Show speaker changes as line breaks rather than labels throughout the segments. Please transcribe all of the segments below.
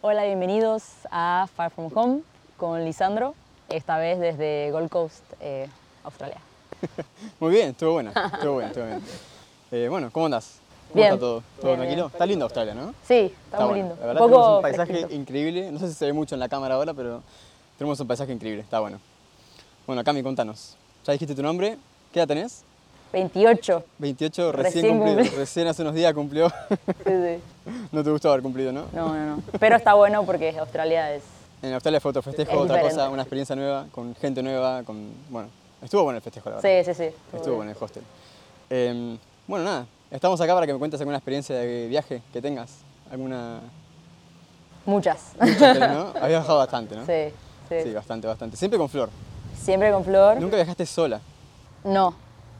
Hola, bienvenidos a Far From Home con Lisandro, esta vez desde Gold Coast, eh, Australia.
Muy bien, estuvo buena, estuvo buena, estuvo bien. Eh, bueno, ¿cómo andás? ¿Cómo
Bien.
está todo? ¿Todo
Bien,
tranquilo?
bien.
Está lindo Australia, ¿no?
Sí, está, muy
bueno.
lindo.
La verdad
un
tenemos
poco
un paisaje
fresquito.
increíble. No sé si se ve mucho en la cámara ahora, pero tenemos un paisaje increíble, está bueno. Bueno, Cami, contanos. Ya dijiste tu nombre, ¿qué edad tenés?
28.
28 recién,
Recién
cumplido,
cumplí.
recién hace unos días cumplió.
Sí, sí.
no te gustó haber cumplido, ¿no?
No, no, no. Pero está bueno porque Australia es.
En Australia fue otro festejo,
Es
otra
diferente.
cosa, una experiencia nueva, con gente nueva, con... Bueno, estuvo bueno el festejo, la verdad.
Sí, sí, sí.
Estuvo bueno el hostel. Em, bueno, nada, estamos acá para que me cuentes alguna experiencia de viaje que tengas. Alguna.
Muchas.
muchas, ¿no? Habías viajado bastante, ¿no?
Sí, sí.
Sí, bastante, bastante. Siempre con Flor.
Siempre con Flor.
Nunca viajaste sola.
No.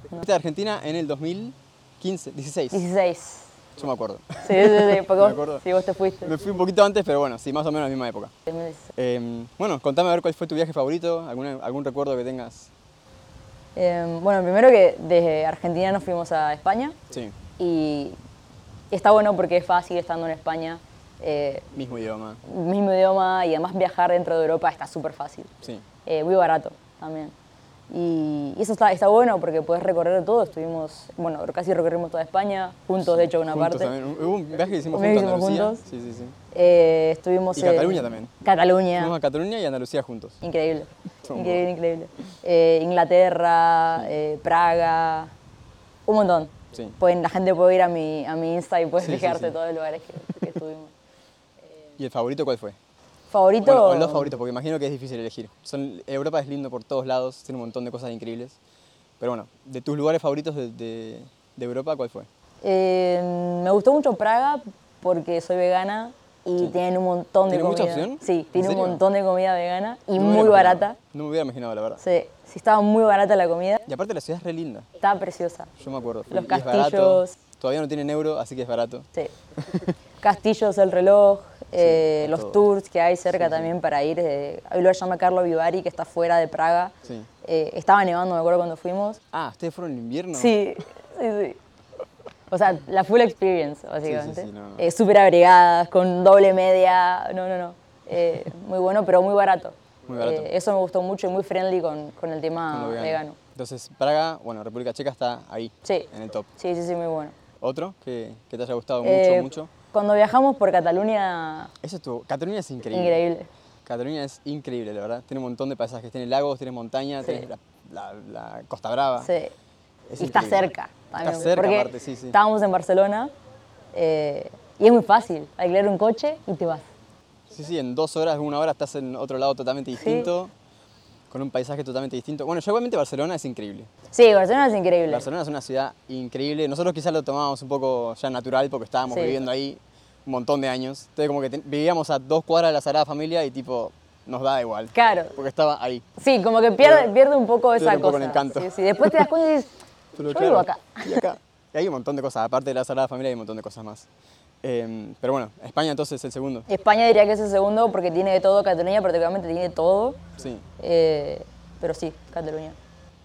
Fuiste a Argentina en el 2015, 16.
16.
Yo me acuerdo.
Sí, sí, sí. Porque
Me
vos,
acuerdo.
sí, vos te fuiste.
Me fui un poquito antes, pero bueno, sí, más o menos la misma época.
2016.
Em, bueno, contame a ver cuál fue tu viaje favorito, alguna- algún recuerdo que tengas.
Eh, bueno, primero que desde Argentina nos fuimos a España
Sí,
y está bueno porque es fácil estando en España. eh,
mismo idioma.
mismo idioma y además viajar dentro de Europa está súper fácil.
Sí.
Eh, muy barato también. Y, y eso está, está bueno porque puedes recorrer todo. Estuvimos, bueno, casi recorrimos toda España, juntos de hecho una
Juntos
parte.
también. Hubo un viaje que hicimos
Un viaje
juntos
que
a
hicimos
Andalucía.
juntos.
Sí, sí, sí.
Eh, estuvimos
Y
en-
Cataluña también.
Cataluña.
Fuimos a Cataluña y Andalucía juntos.
Increíble.
Somos.
Increíble, increíble. Eh, Inglaterra, eh, Praga, un montón.
Sí.
Pueden- la gente puede ir a mi, a mi Insta y puede
Sí, sí,
fijarse
sí.
todos los lugares que, que estuvimos.
¿Y el favorito cuál fue?
¿Favorito?
Bueno, o los favoritos, porque imagino que es difícil elegir. Son, Europa es lindo por todos lados, tiene un montón de cosas increíbles. Pero bueno, de tus lugares favoritos de, de- de Europa, ¿cuál fue?
Eh, me gustó mucho Praga porque soy vegana y tienen un montón de
¿Tiene
comida.
mucha opción?
Sí,
¿En
tiene un
serio?
montón de comida vegana y
No me
muy
hubiera
barata.
imaginado. No me hubiera imaginado, la verdad.
Sí, sí estaba muy barata la comida.
Y aparte la ciudad es re linda,
Estaba preciosa.
yo me acuerdo.
Los
Y es barato,
castillos.
todavía no tienen euro, así que es barato.
Sí. Castillos, el reloj, eh, los
todo.
tours que hay cerca también para ir. eh, hay un lugar que se llama Carlo Vivari que está fuera de Praga.
Sí.
Eh, estaba nevando, me acuerdo cuando fuimos.
Ah, ¿ustedes fueron en invierno?
Sí, sí, sí. O sea, la full experience, básicamente.
sí, no, no.
Eh, Súper agregadas, con doble media. No, no, no. Eh, muy bueno, pero muy barato.
Muy barato.
Eh, eso me gustó mucho y muy friendly con, con el
con
tema
lo
Ah, vegano.
Entonces, Praga, bueno, República Checa está ahí,
Sí.
en el top.
Sí, sí, sí, muy bueno.
¿Otro que, que te haya gustado
Eh,
mucho, mucho?
Cuando viajamos por Cataluña,
Eso estuvo... Cataluña es
increíble.
Cataluña es increíble, la verdad. Tiene un montón de paisajes. Tiene lagos, tiene montaña, tiene la, la- la Costa Brava.
Sí.
Es
y está
increíble.
cerca. También,
Está cerca,
porque
aparte, sí, sí.
Estábamos en Barcelona eh, y es muy fácil. Alquilar un coche y te vas.
Sí, sí, en dos horas, una hora estás en otro lado totalmente distinto, con un paisaje totalmente distinto. Bueno, yo igualmente Barcelona es increíble.
Sí, Barcelona es increíble.
Barcelona es una ciudad increíble. Nosotros quizás lo tomábamos un poco ya natural porque estábamos
Sí.
viviendo ahí un montón de años. Entonces como que ten- vivíamos a dos cuadras de la Sagrada Familia y tipo, nos da igual.
Claro.
Porque estaba ahí.
Sí, como que pierde,
Pero-
pierde un poco esa
pierde un
cosa.
poco el encanto.
Sí, sí. Después te das cuenta y dices,
Pero
yo
claro,
vivo acá.
Y acá. Y hay un montón de cosas, aparte de la Sagrada Familia hay un montón de cosas más. Eh, pero bueno, España entonces el segundo.
España diría que es el segundo porque tiene de todo. Cataluña prácticamente tiene todo.
Sí.
Eh, pero sí, Cataluña.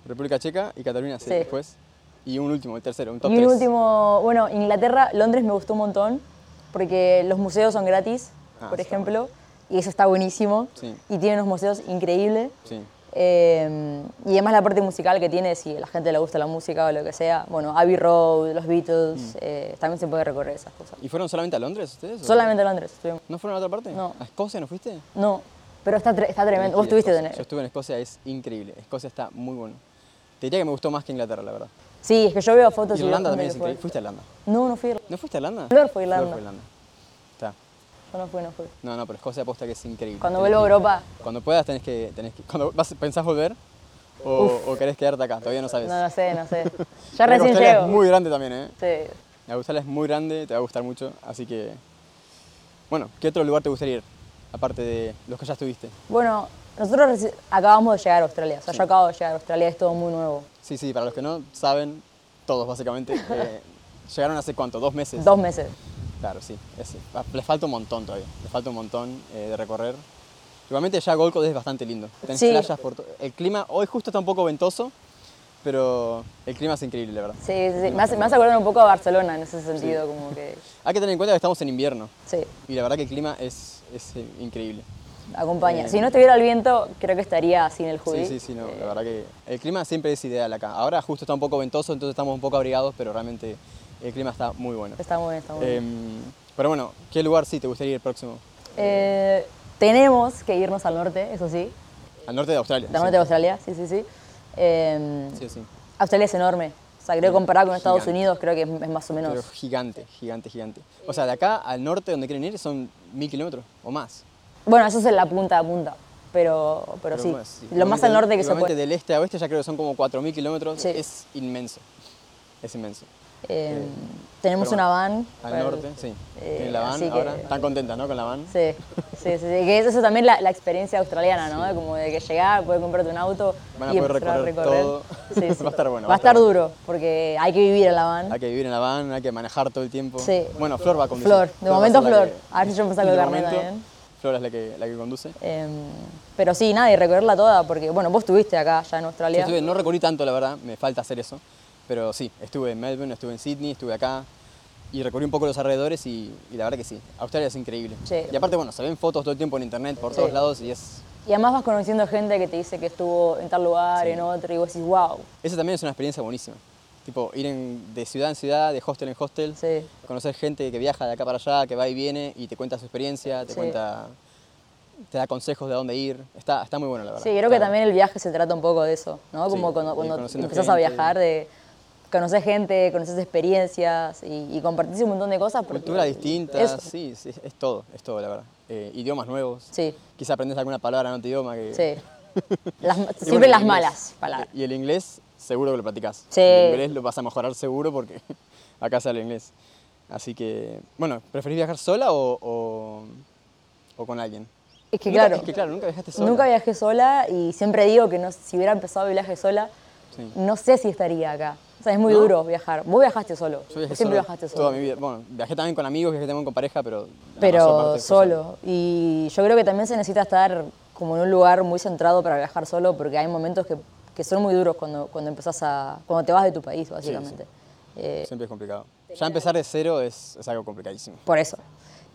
República Checa y Cataluña sí,
Sí.
después. Y un último, el tercero, un top
y un
tres.
último, bueno, Inglaterra, Londres me gustó un montón porque los museos son gratis,
Ah,
por
está
ejemplo, y eso está buenísimo.
Sí.
Y tiene unos museos increíbles.
Sí.
Eh, y además la parte musical que tiene, si a la gente le gusta la música o lo que sea, bueno, Abbey Road, los
Mm.
Beatles, eh, también se puede recorrer esas cosas.
¿Y fueron solamente a Londres ustedes? o-
Solamente Londres estuvimos.
¿No fueron a otra parte?
No.
¿A Escocia no fuiste?
No, pero está, tre- está tremendo. Vos
Sí,
estuviste
Escocia.
en-
Yo estuve en Escocia, es increíble. Escocia está muy bueno. Te diría que me gustó más que Inglaterra, la verdad.
Sí, es que yo veo fotos y veo gente
Irlanda también
que
es increíble.
fue.
¿Fuiste a Irlanda?
No, no fui a Irlanda.
¿No fuiste a Irlanda?
Flor fue a Irlanda.
Flor fue a Irlanda. Está.
Yo no fui, no fui.
No, no, pero Escocia aposta que es increíble.
Cuando
Tenés
vuelvo a
que-
Europa,
Cuando puedas tenés que... Tenés que cuando vas, ¿Pensás volver? O, o querés quedarte acá? Todavía no sabes.
no lo sé, no sé. Ya
Creo que
recién
Pues. Australia
llego.
es muy grande también, ¿eh?
Sí.
Australia es muy grande, te va a gustar mucho, así que... Bueno, ¿qué otro lugar te gustaría ir? Aparte de los que ya estuviste.
Bueno, nosotros reci- acabamos de llegar a Australia. O sea, yo acabo de llegar a Australia, es todo muy nuevo.
Sí, sí, para los que no saben, todos básicamente, eh, llegaron hace cuánto, dos meses.
Dos meses.
Claro, sí. es- va- les falta un montón todavía, les falta un montón eh, de recorrer. Igualmente ya Gold Coast es bastante lindo. Tenés
Sí.
playas por to- El clima hoy justo está un poco ventoso, pero el clima es increíble, la verdad.
Sí, sí, sí. Me, hace, me hace acordar un poco a Barcelona en ese sentido, como que.
Hay que tener en cuenta que estamos en invierno
Sí,
y la verdad que el clima es, es, eh, increíble.
acompaña. Si no estuviera el viento, creo que estaría sin el hoodie.
Eh, Sí, sí, sí, no, la verdad que el clima siempre es ideal acá. Ahora justo está un poco ventoso, entonces estamos un poco abrigados, pero realmente el clima está muy bueno.
Está muy bien, está muy bien.
Em, pero bueno, ¿qué lugar sí te gustaría ir el próximo?
Eh, tenemos que irnos al norte, eso sí.
Al norte de Australia.
Al norte de Australia, sí, sí, sí. Eh,
Sí, sí.
Australia es enorme. O sea, creo que comparado con Estados
Gigante.
Unidos, creo que es es más o menos.
Pero gigante, gigante, gigante. O sea, de acá al norte donde quieren ir son mil kilómetros o más.
Bueno, eso es en la punta a punta. Pero, pero, sí, lo más al norte que se
Igualmente
puede.
del este a oeste ya creo que son como 4.000 kilómetros.
Sí.
Es inmenso. Es inmenso.
Eh, tenemos
pero
una van.
Al
para-
norte, sí.
eh,
Tienen la van
así que-
ahora. Están contentas, ¿no? Con la van.
Sí, sí, sí, sí, Que eso es también la, la experiencia australiana, ¿no? Como de que llegar, poder comprarte un auto
Van a
y
poder
empezar a
recorrer
recorrer.
todo.
Sí, sí.
Va a estar bueno,
Va a estar duro, porque hay que vivir en la van.
Hay que vivir en la van, hay que manejar todo el tiempo.
Sí.
Bueno, Flor va a conducir.
Flor, de
va a
momento
ser la
Flor.
que-
A ver si yo me saco el
de
carnet
momento,
también.
Flor es la que, la que conduce.
Em, pero sí, nada, y recorrerla toda, porque, bueno, vos estuviste acá ya en
Yo
Australia.
estuve- no recorrí tanto, la verdad, me falta hacer eso. Pero sí, estuve en Melbourne, estuve en Sydney, estuve acá. Y recorrí un poco los alrededores y, y la verdad que sí. Australia es increíble.
Sí.
Y aparte, bueno, se ven fotos todo el tiempo en internet, por todos lados, y es.
Y además vas conociendo gente que te dice que estuvo en tal lugar, en otro, y vos decís, wow.
Esa también es una experiencia buenísima. Tipo, ir en- de ciudad en ciudad, de hostel en hostel,
Sí.
conocer gente que viaja de acá para allá, que va y viene y te cuenta su experiencia, te
Sí.
cuenta. te da consejos de a dónde ir. Está, está muy bueno, la verdad.
Sí, creo que
Está-
también el viaje se trata un poco de eso, ¿no?
Sí,
Como cuando,
y
cuando
conociendo
empezás a
gente.
viajar, de conoces gente, conoces experiencias y, y compartís un montón de cosas. porque-
Culturas distintas,
Eso.
sí, sí, es todo, es todo, la verdad. Eh, idiomas nuevos.
Sí.
Quizá aprendes alguna palabra en otro idioma que.
Sí. Las ma-
Y
siempre
bueno, el
las
inglés.
malas palabras.
Y el inglés, seguro que lo practicás.
Sí.
El inglés lo vas a mejorar seguro porque acá sale inglés. Así que, bueno, ¿preferís viajar sola o, o, o con alguien?
Es que
Nunca-
claro,
Es que claro, nunca viajaste sola.
nunca viajé sola y siempre digo que no, si hubiera empezado el viaje sola,
Sí.
no sé si estaría acá. O sea, es muy
¿No?
duro viajar. Vos viajaste solo.
Yo viajé
Vos siempre
solo
viajaste solo.
Toda mi vida. Bueno, viajé también con amigos, viajé también con pareja, pero. la mayor parte
Pero
fue sola.
solo. Y yo creo que también se necesita estar como en un lugar muy centrado para viajar solo, porque hay momentos que, que son muy duros cuando, cuando empezás a. cuando te vas de tu país, básicamente. Eh,
Siempre es complicado. Ya empezar de cero es, es algo complicadísimo.
por eso.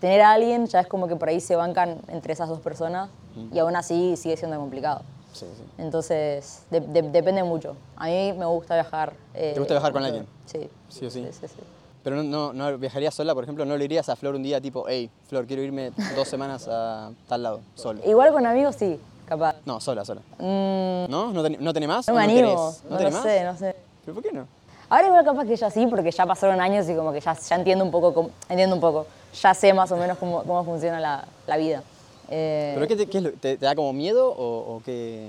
Tener a alguien ya es como que por ahí se bancan entre esas dos personas y aún así sigue siendo complicado.
Sí, sí.
Entonces, de- de- depende mucho. A mí me gusta viajar. eh,
¿Te gusta viajar con alguien?
Sí.
Sí o sí.
sí, sí.
Pero no, no, no viajarías sola, por ejemplo, no le irías a Flor un día tipo, hey, Flor, quiero irme dos semanas a tal lado, solo.
Igual con amigos sí, capaz.
No, sola, sola. ¿No? ¿No, ten- no tenés más?
Mm. No me
¿O
animo.
querés?
No,
¿No, tenés
lo
más?
sé, no sé.
¿Pero por qué no?
Ahora igual capaz que ya sí, porque ya pasaron años y como que ya, ya entiendo un poco, cómo- entiendo un poco, ya sé más o menos cómo, cómo funciona la, la vida. Eh,
¿Pero qué te, qué es lo- te, te da como miedo o, o qué...?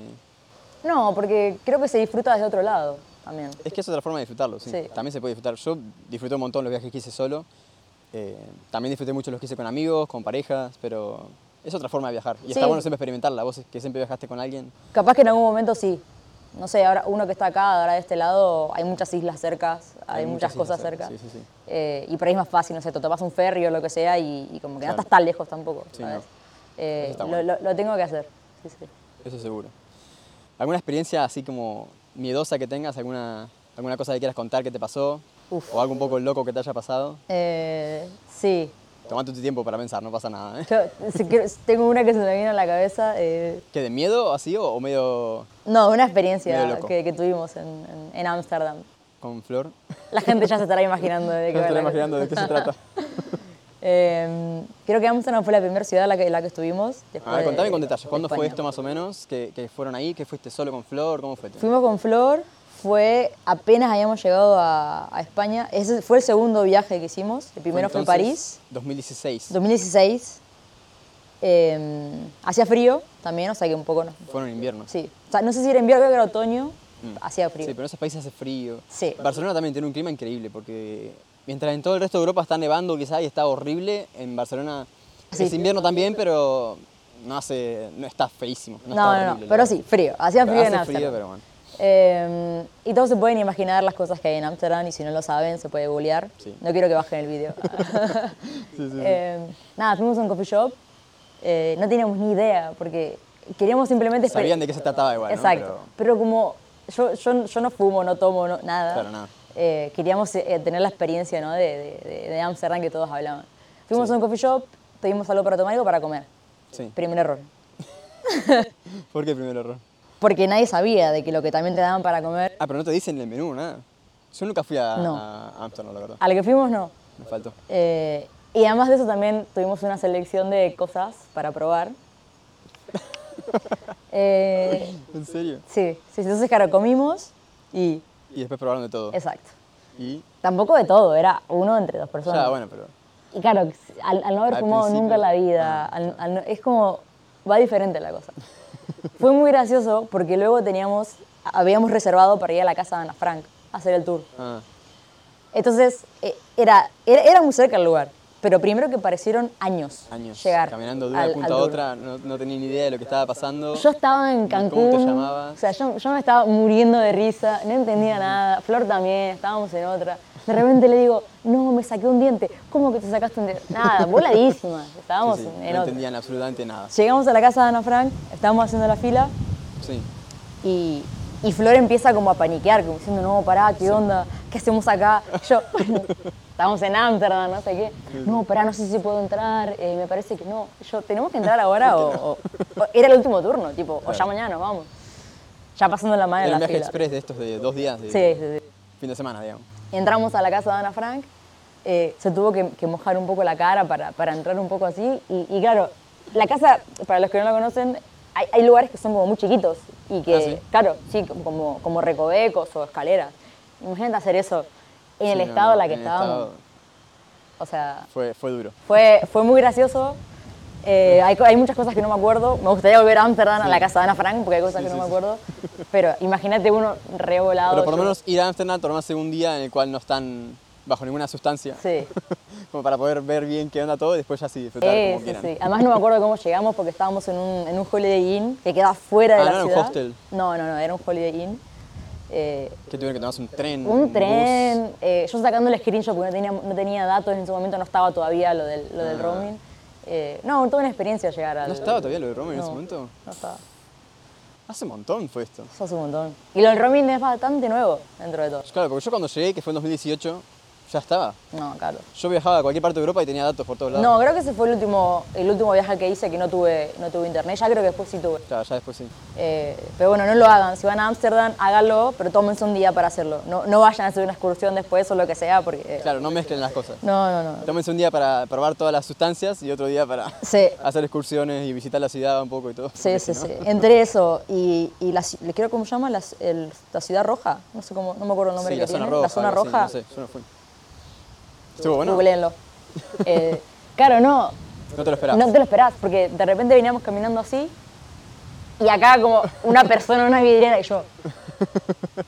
no, porque creo que se disfruta desde otro lado también.
Es que es otra forma de disfrutarlo, sí.
Sí.
También se puede disfrutar. Yo disfruté un montón los viajes que hice solo. Eh, también disfruté mucho los que hice con amigos, con parejas, pero es otra forma de viajar. Y
Sí.
está bueno siempre experimentarla. Vos que siempre viajaste con alguien,
Capaz que en algún momento sí. No sé, ahora uno que está acá, ahora de este lado, hay muchas islas cercas, hay,
Hay
muchas,
muchas islas
cosas
cerca,
cerca.
sí, sí, sí.
Eh, y por ahí es más fácil, no sé, te tomas un ferry o lo que sea y, y como que no
Claro.
estás tan lejos tampoco.
Sí,
¿sabes?
no.
Eh,
Eso está
lo-
bueno.
lo, lo tengo que hacer. Sí, sí.
eso seguro. ¿Alguna experiencia así como miedosa que tengas? ¿Alguna, alguna cosa que quieras contar que te pasó?
Uf.
¿O algo un poco loco que te haya pasado?
Eh, sí,
Tomate tu tiempo para pensar, no pasa nada. ¿eh?
Yo si quiero- tengo una que se me vino a la cabeza. eh,
¿Que de miedo así o, o medio
no, una experiencia
Medio loco.
que, que tuvimos en- en en Ámsterdam.
con flor?
La gente ya se estará imaginando de qué
No
va
estoy
la-
imaginando de qué se trata.
Eh, creo que Ámsterdam fue la primera ciudad en la que, en la que estuvimos. después
A ver,
de-
contame con detalles.
de
¿Cuándo fue
España.
esto más o menos? ¿Que, que fueron ahí? ¿Que fuiste solo con Flor? ¿Cómo fue?
Fuimos con Flor, fue apenas habíamos llegado a, a España. Ese fue el segundo viaje que hicimos. El primero fue,
Entonces,
París,
2016.
2016. Eh, hacía frío también, o sea que un poco no.
Fueron en invierno.
Sí, o sea, no sé si era invierno, creo que era otoño, hacía
Mm. Sí,
frío.
pero en esos países hace frío.
Sí.
Barcelona también tiene un clima increíble porque mientras en todo el resto de Europa está nevando quizás y está horrible, en Barcelona
Sí.
es invierno también, pero no hace, no está feísimo.
No,
No, está
no,
horrible,
no,
la
pero
verdad.
sí, frío. Hacía
Pero
frío en
hace frío,
Ámsterdam.
pero bueno.
Eh, y todos se pueden imaginar las cosas que hay en Ámsterdam y si no lo saben se puede googlear.
Sí.
No quiero que bajen el vídeo.
Sí, sí.
Eh, nada, fuimos a un coffee shop. eh, no teníamos ni idea porque queríamos simplemente... esper-
Sabían de qué se trataba igual, ¿no?
Exacto.
Pero-
Pero como yo, yo, yo no fumo, no tomo, no- nada.
Claro, nada.
Eh, queríamos eh, tener la experiencia ¿no? de, de, de- de Amsterdam que todos hablaban. Fuimos a un coffee shop, pedimos algo para tomar y algo para comer.
Sí.
Primer error.
¿Por qué el primer error?
Porque nadie sabía de que lo que también te daban para comer.
Ah, pero no te dicen el menú, nada. Yo nunca fui a,
No. Ah.
a Amsterdam, la verdad.
A lo que fuimos, no.
Me faltó.
Eh, y además de eso también tuvimos una selección de cosas para probar. Eh,
¿En serio?
sí, sí, entonces claro, comimos y...
Y después probaron de todo.
Exacto.
Y.
Tampoco de todo, era uno entre dos
O
personas.
sea, bueno, pero.
Y claro, al, al no haber
Al
fumado
principio.
nunca en la vida,
Ah,
al- al no- es como, va diferente la cosa. Fue muy gracioso porque luego teníamos, habíamos reservado para ir a la casa de Ana Frank a hacer el tour.
Ah,
Entonces, eh, era, era, era muy cerca el lugar, pero primero que parecieron años,
años.
llegar
Caminando de una
al-
punta
al
a
tour.
otra, no, no tenía ni idea de lo que estaba pasando.
Yo estaba en
¿Y cómo te
Cancún.
llamabas?
O sea, yo, yo me estaba muriendo de risa, no entendía nada. Flor también, estábamos en otra. De repente le digo, no, me saqué un diente. ¿Cómo que te sacaste un diente? Nada, voladísima. Estábamos
Sí, sí,
en,
no
otra.
entendían absolutamente nada.
Llegamos a la casa de Ana Frank, estábamos haciendo la fila
Sí.
y, y Flor empieza como a paniquear, como diciendo, no, pará, ¿qué onda? ¿Qué hacemos acá? Yo, bueno, estamos en Amsterdam, no sé qué. No, pará, no sé si puedo entrar, eh, me parece que no. Yo, ¿tenemos que entrar ahora o, o- o- Era el último turno, tipo, o ya mañana nos vamos. Ya pasando la madre
Era
de
un
la
viaje
fila.
express de estos de dos días, de
Sí, sí, sí.
fin de semana, digamos.
Entramos a la casa de Ana Frank, eh, se tuvo que, que mojar un poco la cara para, para entrar un poco así. Y, y claro, la casa, para los que no la conocen, hay, hay lugares que son como muy chiquitos y que,
Ah, ¿sí?
claro, sí, como- como, como recovecos o escaleras. Imagínate hacer eso en el
Sí, no,
estado
no,
en la que
el
estábamos.
estado
O sea,
Fue, fue duro.
fue, fue muy gracioso. Eh, hay, co- hay muchas cosas que no me acuerdo. Me gustaría volver a Amsterdam, a la casa de Ana Frank, porque hay cosas que no me acuerdo. Pero imagínate uno revolado.
Pero por lo
yo-
menos ir a Amsterdam tomarse un día en el cual no están bajo ninguna sustancia.
Sí.
como para poder ver bien qué onda todo y después ya sí disfrutar
Eh,
como
sí,
quieran.
sí. Además no me acuerdo cómo llegamos porque estábamos en un, en un Holiday Inn que quedaba fuera de
Ah,
la
¿no era un
ciudad.
hostel?
No, no, no, era un Holiday Inn. Eh,
Que tuvieron que tomarse un tren.
un
bus.
tren, eh, yo sacando el screenshot porque no tenía, no tenía datos, en ese momento no estaba todavía lo del, lo del
Ah.
roaming. Eh, no, toda una experiencia llegar al...
¿No estaba todavía lo de Roma en ese
No.
momento?
No estaba.
Hace un montón fue esto.
Eso hace un montón. Y lo del roaming es bastante nuevo dentro de todo.
Pues Claro, porque yo cuando llegué, que fue en 2018, ya estaba.
No, claro.
Yo viajaba a cualquier parte de Europa y tenía datos por todos lados.
No, creo que ese fue el último, el último viaje que hice que no tuve, no tuve internet. Ya creo que después sí tuve.
Claro, ya después sí.
Eh, pero bueno, no lo hagan. Si van a Ámsterdam, háganlo, pero tómense un día para hacerlo. No, no vayan a hacer una excursión después o lo que sea, porque... eh,
Claro, no mezclen las cosas.
No, no, no.
Tómense un día para probar todas las sustancias y otro día para
Sí,
hacer excursiones y visitar la ciudad un poco y todo.
sí, sí, sí. Entre eso y, y la, ci- ¿le quiero cómo se llama? La, ci- el- la ciudad roja. No sé cómo, no me acuerdo el nombre
Sí,
que
la
tiene.
zona roja.
la zona
algo así,
roja.
no sé, yo no fui. Estuvo bueno.
googleenlo. Eh, claro, no,
No te lo esperaba.
no te lo esperás, porque de repente veníamos caminando así y acá como una persona, en una vidriera y yo.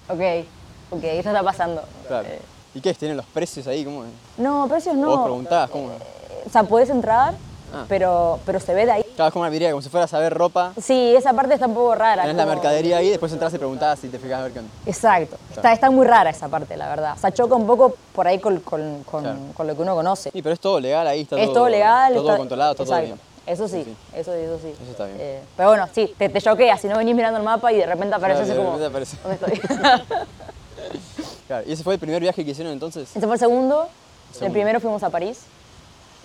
Ok, ok, esto está pasando. Eh,
Claro. ¿Y qué es? ¿Tienen los precios ahí? ¿Cómo es?
No, precios no.
Vos preguntabas, ¿cómo es?
O sea, puedes entrar,
Ah.
pero, pero se ve de ahí.
Claro, es como una vidriera, como si fueras a ver ropa.
Sí, esa parte está un poco rara.
Tenés la
como-
mercadería ahí, después entras y preguntás y te fijas a ver qué onda.
Exacto. Está, está muy rara esa parte, la verdad. O sea, choca un poco por ahí con, con- con-
Claro.
con lo que uno conoce.
Y pero es todo legal ahí, está
es
todo,
todo legal.
está todo
está-
controlado, está
Exacto.
todo bien.
Eso sí,
Sí,
eso sí, eso sí.
Eso está bien.
Eh, pero bueno, sí, te, te choquea. Si no venís mirando el mapa y de repente apareces
Claro, de
como...
repente aparece.
¿Dónde estoy?
Claro, ¿Y ese fue el primer viaje que hicieron entonces?
Ese fue el segundo. El
Segundo.
primero fuimos a París.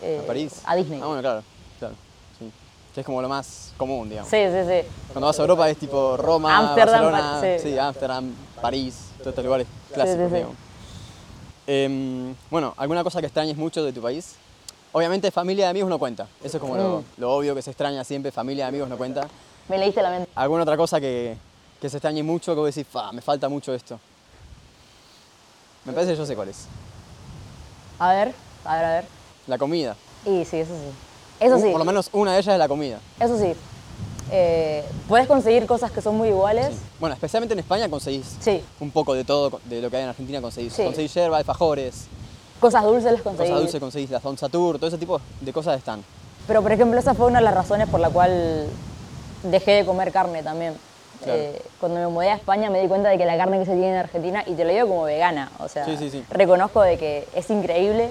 eh,
¿A París?
A Disney.
Ah, bueno, claro, claro. Sí. Que es como lo más común, digamos.
Sí, sí, sí.
Cuando vas a Europa es tipo Roma,
Ámsterdam,
Barcelona,
Par- sí.
sí, Ámsterdam, París, todos estos lugares clásicos,
sí, sí.
digamos. Em, bueno, ¿alguna cosa que extrañes mucho de tu país? Obviamente familia y amigos no cuenta. Eso es como lo,
Mm.
lo obvio que se extraña siempre, familia y amigos no cuenta.
Me leíste la mente.
¿Alguna otra cosa que, que se extrañe mucho que vos decís, "Fa, me falta mucho esto? Me parece que yo sé cuál es.
A ver, a ver, a ver.
La comida.
Y sí, eso sí. Eso
Un-
sí.
Por lo menos una de ellas es la comida.
Eso sí, eh, puedes conseguir cosas que son muy iguales.
Bueno, especialmente en España conseguís
Sí.
un poco de todo de lo que hay en Argentina conseguís.
Sí.
Conseguís yerba, alfajores,
Cosas dulces las conseguís.
cosas dulces conseguís, la Don Satur, todo ese tipo de cosas están.
Pero, por ejemplo, esa fue una de las razones por la cual dejé de comer carne también.
Claro.
Eh, cuando me mudé a España me di cuenta de que la carne que se tiene en Argentina, y te lo digo como vegana, o sea,
Sí, sí, sí.
reconozco de que es increíble,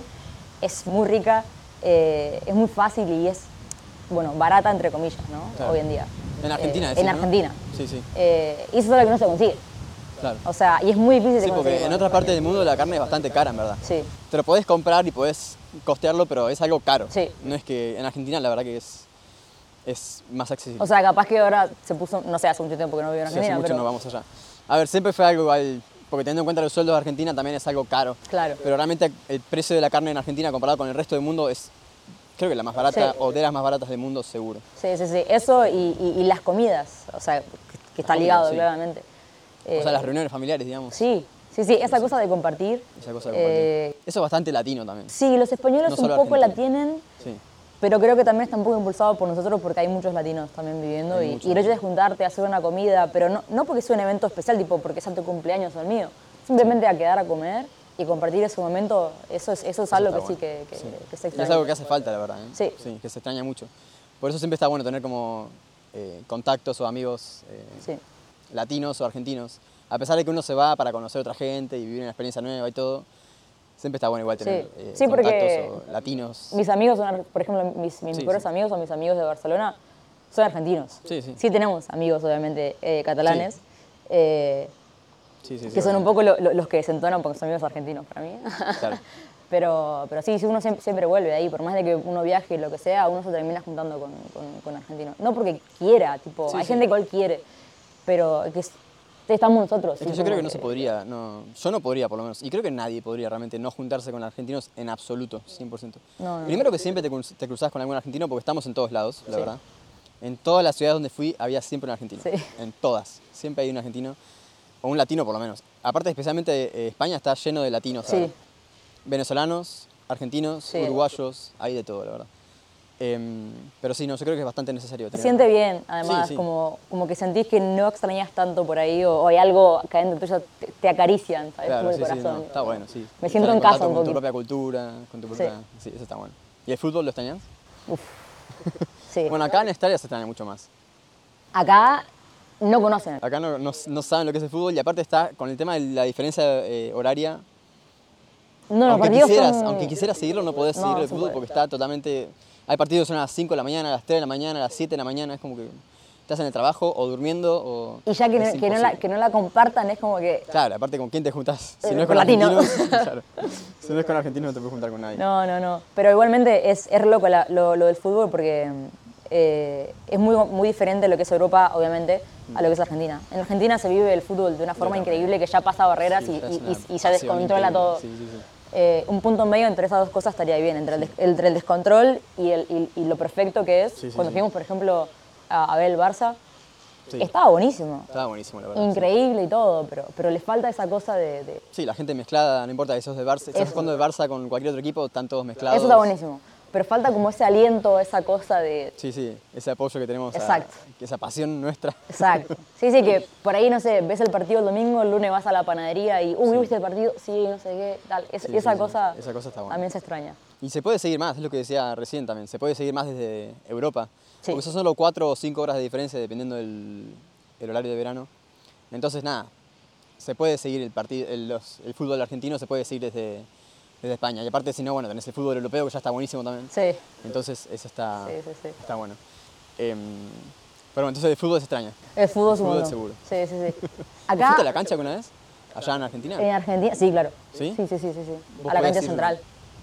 es muy rica, eh, es muy fácil y es, bueno, barata entre comillas, ¿no?
Claro.
Hoy en día.
En Argentina,
Eh,
decís,
en
¿no?
Argentina.
Sí, sí.
Eh, y eso es lo que no se consigue.
Claro.
O sea, y es muy difícil de
Sí, porque
conseguir.
en otras partes del mundo la carne es bastante cara, en verdad.
Sí.
Te lo podés comprar y podés costearlo, pero es algo caro.
Sí.
No es que en Argentina la verdad que es, es más accesible.
O sea, capaz que ahora se puso, no sé, hace mucho tiempo que no vivo en
Sí, hace
Argentina,
mucho
pero
no vamos allá. A ver, siempre fue algo igual, porque teniendo en cuenta los sueldos de Argentina también es algo caro.
Claro.
Pero realmente el precio de la carne en Argentina comparado con el resto del mundo es, creo que la más barata
Sí.
o de las más baratas del mundo seguro.
sí, sí, sí. Eso y, y- y las comidas, o sea, que- que está
comidas,
ligado
sí.
claramente. Eh,
O sea, las reuniones familiares, digamos.
Sí, sí, sí, esa cosa de compartir.
Esa cosa de compartir.
eh,
Eso es bastante latino también.
sí, los españoles
No
un
solo
poco la
Argentina.
tienen,
Sí.
pero creo que también está un poco impulsado por nosotros porque hay muchos latinos también viviendo y, y el hecho de juntarte, hacer una comida, pero no, no porque sea un evento especial, tipo porque sea tu cumpleaños o el mío, simplemente a quedar a comer y compartir ese momento, eso es, eso es algo que
está
sí que,
bueno.
que,
Sí.
que se
Y
extraña.
Es algo que hace falta, la verdad. ¿eh?
Sí.
que se extraña mucho. Por eso siempre está bueno tener como eh, contactos o amigos eh,
Sí.
latinos o argentinos. A pesar de que uno se va para conocer otra gente y vivir una experiencia nueva y todo, siempre está bueno igual tener eh,
Sí, porque-
contactos o latinos.
Mis amigos son, ar- por ejemplo, mis, mis
Sí,
mejores
sí.
amigos o mis amigos de Barcelona son argentinos.
Sí, sí.
tenemos amigos, obviamente, eh, catalanes, eh,
Sí, sí, sí,
que son un
obvio.
poco lo- lo- los que desentonan porque son amigos argentinos para mí.
Claro.
pero, pero sí, sí, uno siempre, siempre vuelve de ahí, por más de que uno viaje y lo que sea, uno se termina juntando con, con- con argentinos. No porque quiera, tipo,
Sí,
hay
sí.
gente que él quiere, pero que es- estamos nosotros.
Es que yo creo que no se podría, no, yo no podría por lo menos, y creo que nadie podría realmente no juntarse con argentinos en absoluto, 100%.
No, no.
Primero que siempre te, cruz- te cruzas con algún argentino porque estamos en todos lados, la verdad. En todas las ciudades donde fui había siempre un argentino,
Sí.
en todas, siempre hay un argentino, o un latino por lo menos. Aparte, especialmente eh, España está lleno de latinos,
Sí.
ahora. venezolanos, argentinos,
Sí.
uruguayos, hay de todo, la verdad. Em, pero sí, no, yo creo que es bastante necesario.
Se
tener-
siente bien, además,
sí.
Como, como que sentís que no extrañas tanto por ahí o, o hay algo que adentro tuyo te, te acarician, ¿sabes?
Claro,
Como el
sí, sí,
corazón.
no, está bueno, sí.
Me siento
Estar
en casa
contacto
un
Con tu
poco.
propia cultura, con tu propia... Sí. eso está bueno. ¿Y el fútbol lo extrañas?
Sí.
Bueno, acá en Estalia se extraña mucho más.
Acá no conocen.
Acá no, no- no saben lo que es el fútbol y aparte está con el tema de la diferencia eh, horaria.
No, los
aunque,
partidos
quisieras,
son-
aunque quisieras seguirlo, no podés
No,
seguir
no
el
se
fútbol
puede.
porque está totalmente... Hay partidos que son a las 5 de la mañana, a las 3 de la mañana, a las 7 de la mañana. Es como que estás en el trabajo o durmiendo o...
Y ya que,
es
no, que no la,
imposible.
que no la compartan es como que...
Claro, aparte, ¿con quién te juntas?
Eh,
Si no es
con
con,
latino.
argentinos... claro. Si no es con argentinos no te puedes juntar con nadie.
No, no, no. Pero igualmente es, es re loco la- lo, lo del fútbol porque eh, es muy, muy diferente lo que es Europa, obviamente, a lo que es Argentina. En Argentina se vive el fútbol de una forma
otra
increíble que ya pasa barreras
Sí,
y,
ya es
y-
una
y- y ya
pasión
descontrola
increíble.
todo.
Sí, sí, sí.
Eh, un punto medio entre esas dos cosas estaría bien, entre el, des- entre el descontrol y, el, y- y lo perfecto que es.
Sí, sí,
Cuando
sí.
fuimos, por ejemplo, a, a ver el Barça,
Sí.
estaba buenísimo,
Estaba buenísimo, la verdad.
increíble y todo, pero, pero le falta esa cosa de- de,
Sí, la gente mezclada, no importa, esos de Barça, estás
Eso.
jugando de Barça con cualquier otro equipo, están todos mezclados.
Eso está buenísimo. Pero falta como ese aliento, esa cosa de.
Sí, sí, ese apoyo que tenemos, a-
Exacto.
que esa pasión nuestra.
Exacto. Sí, sí, que por ahí, no sé, ves el partido el domingo, el lunes vas a la panadería y, uy, ¿viste el partido? Sí, no sé qué, tal. Es-
Sí,
esa,
sí, sí.
cosa
Esa cosa está buena.
también se extraña.
Y se puede seguir más, es lo que decía recién también, se puede seguir más desde Europa.
Sí.
Porque son solo 4 o 5 horas de diferencia dependiendo del el horario de verano. Entonces, nada, se puede seguir el, partido, el, los- el fútbol argentino, se puede seguir desde, desde España. Y aparte, si no, bueno, tenés el fútbol europeo que ya está buenísimo también.
Sí.
Entonces, eso está,
Sí, sí, sí.
está bueno. Em, pero bueno, entonces el fútbol se extraña.
El fútbol, es un
Fútbol
mundo.
seguro.
Sí, sí, sí.
¿Fuiste a la
Acá,
cancha alguna vez? ¿Allá en Argentina?
en Argentina, sí, claro.
¿Sí?
Sí, sí, sí, sí. sí.
Vos
A la
podés
cancha
ir-
central.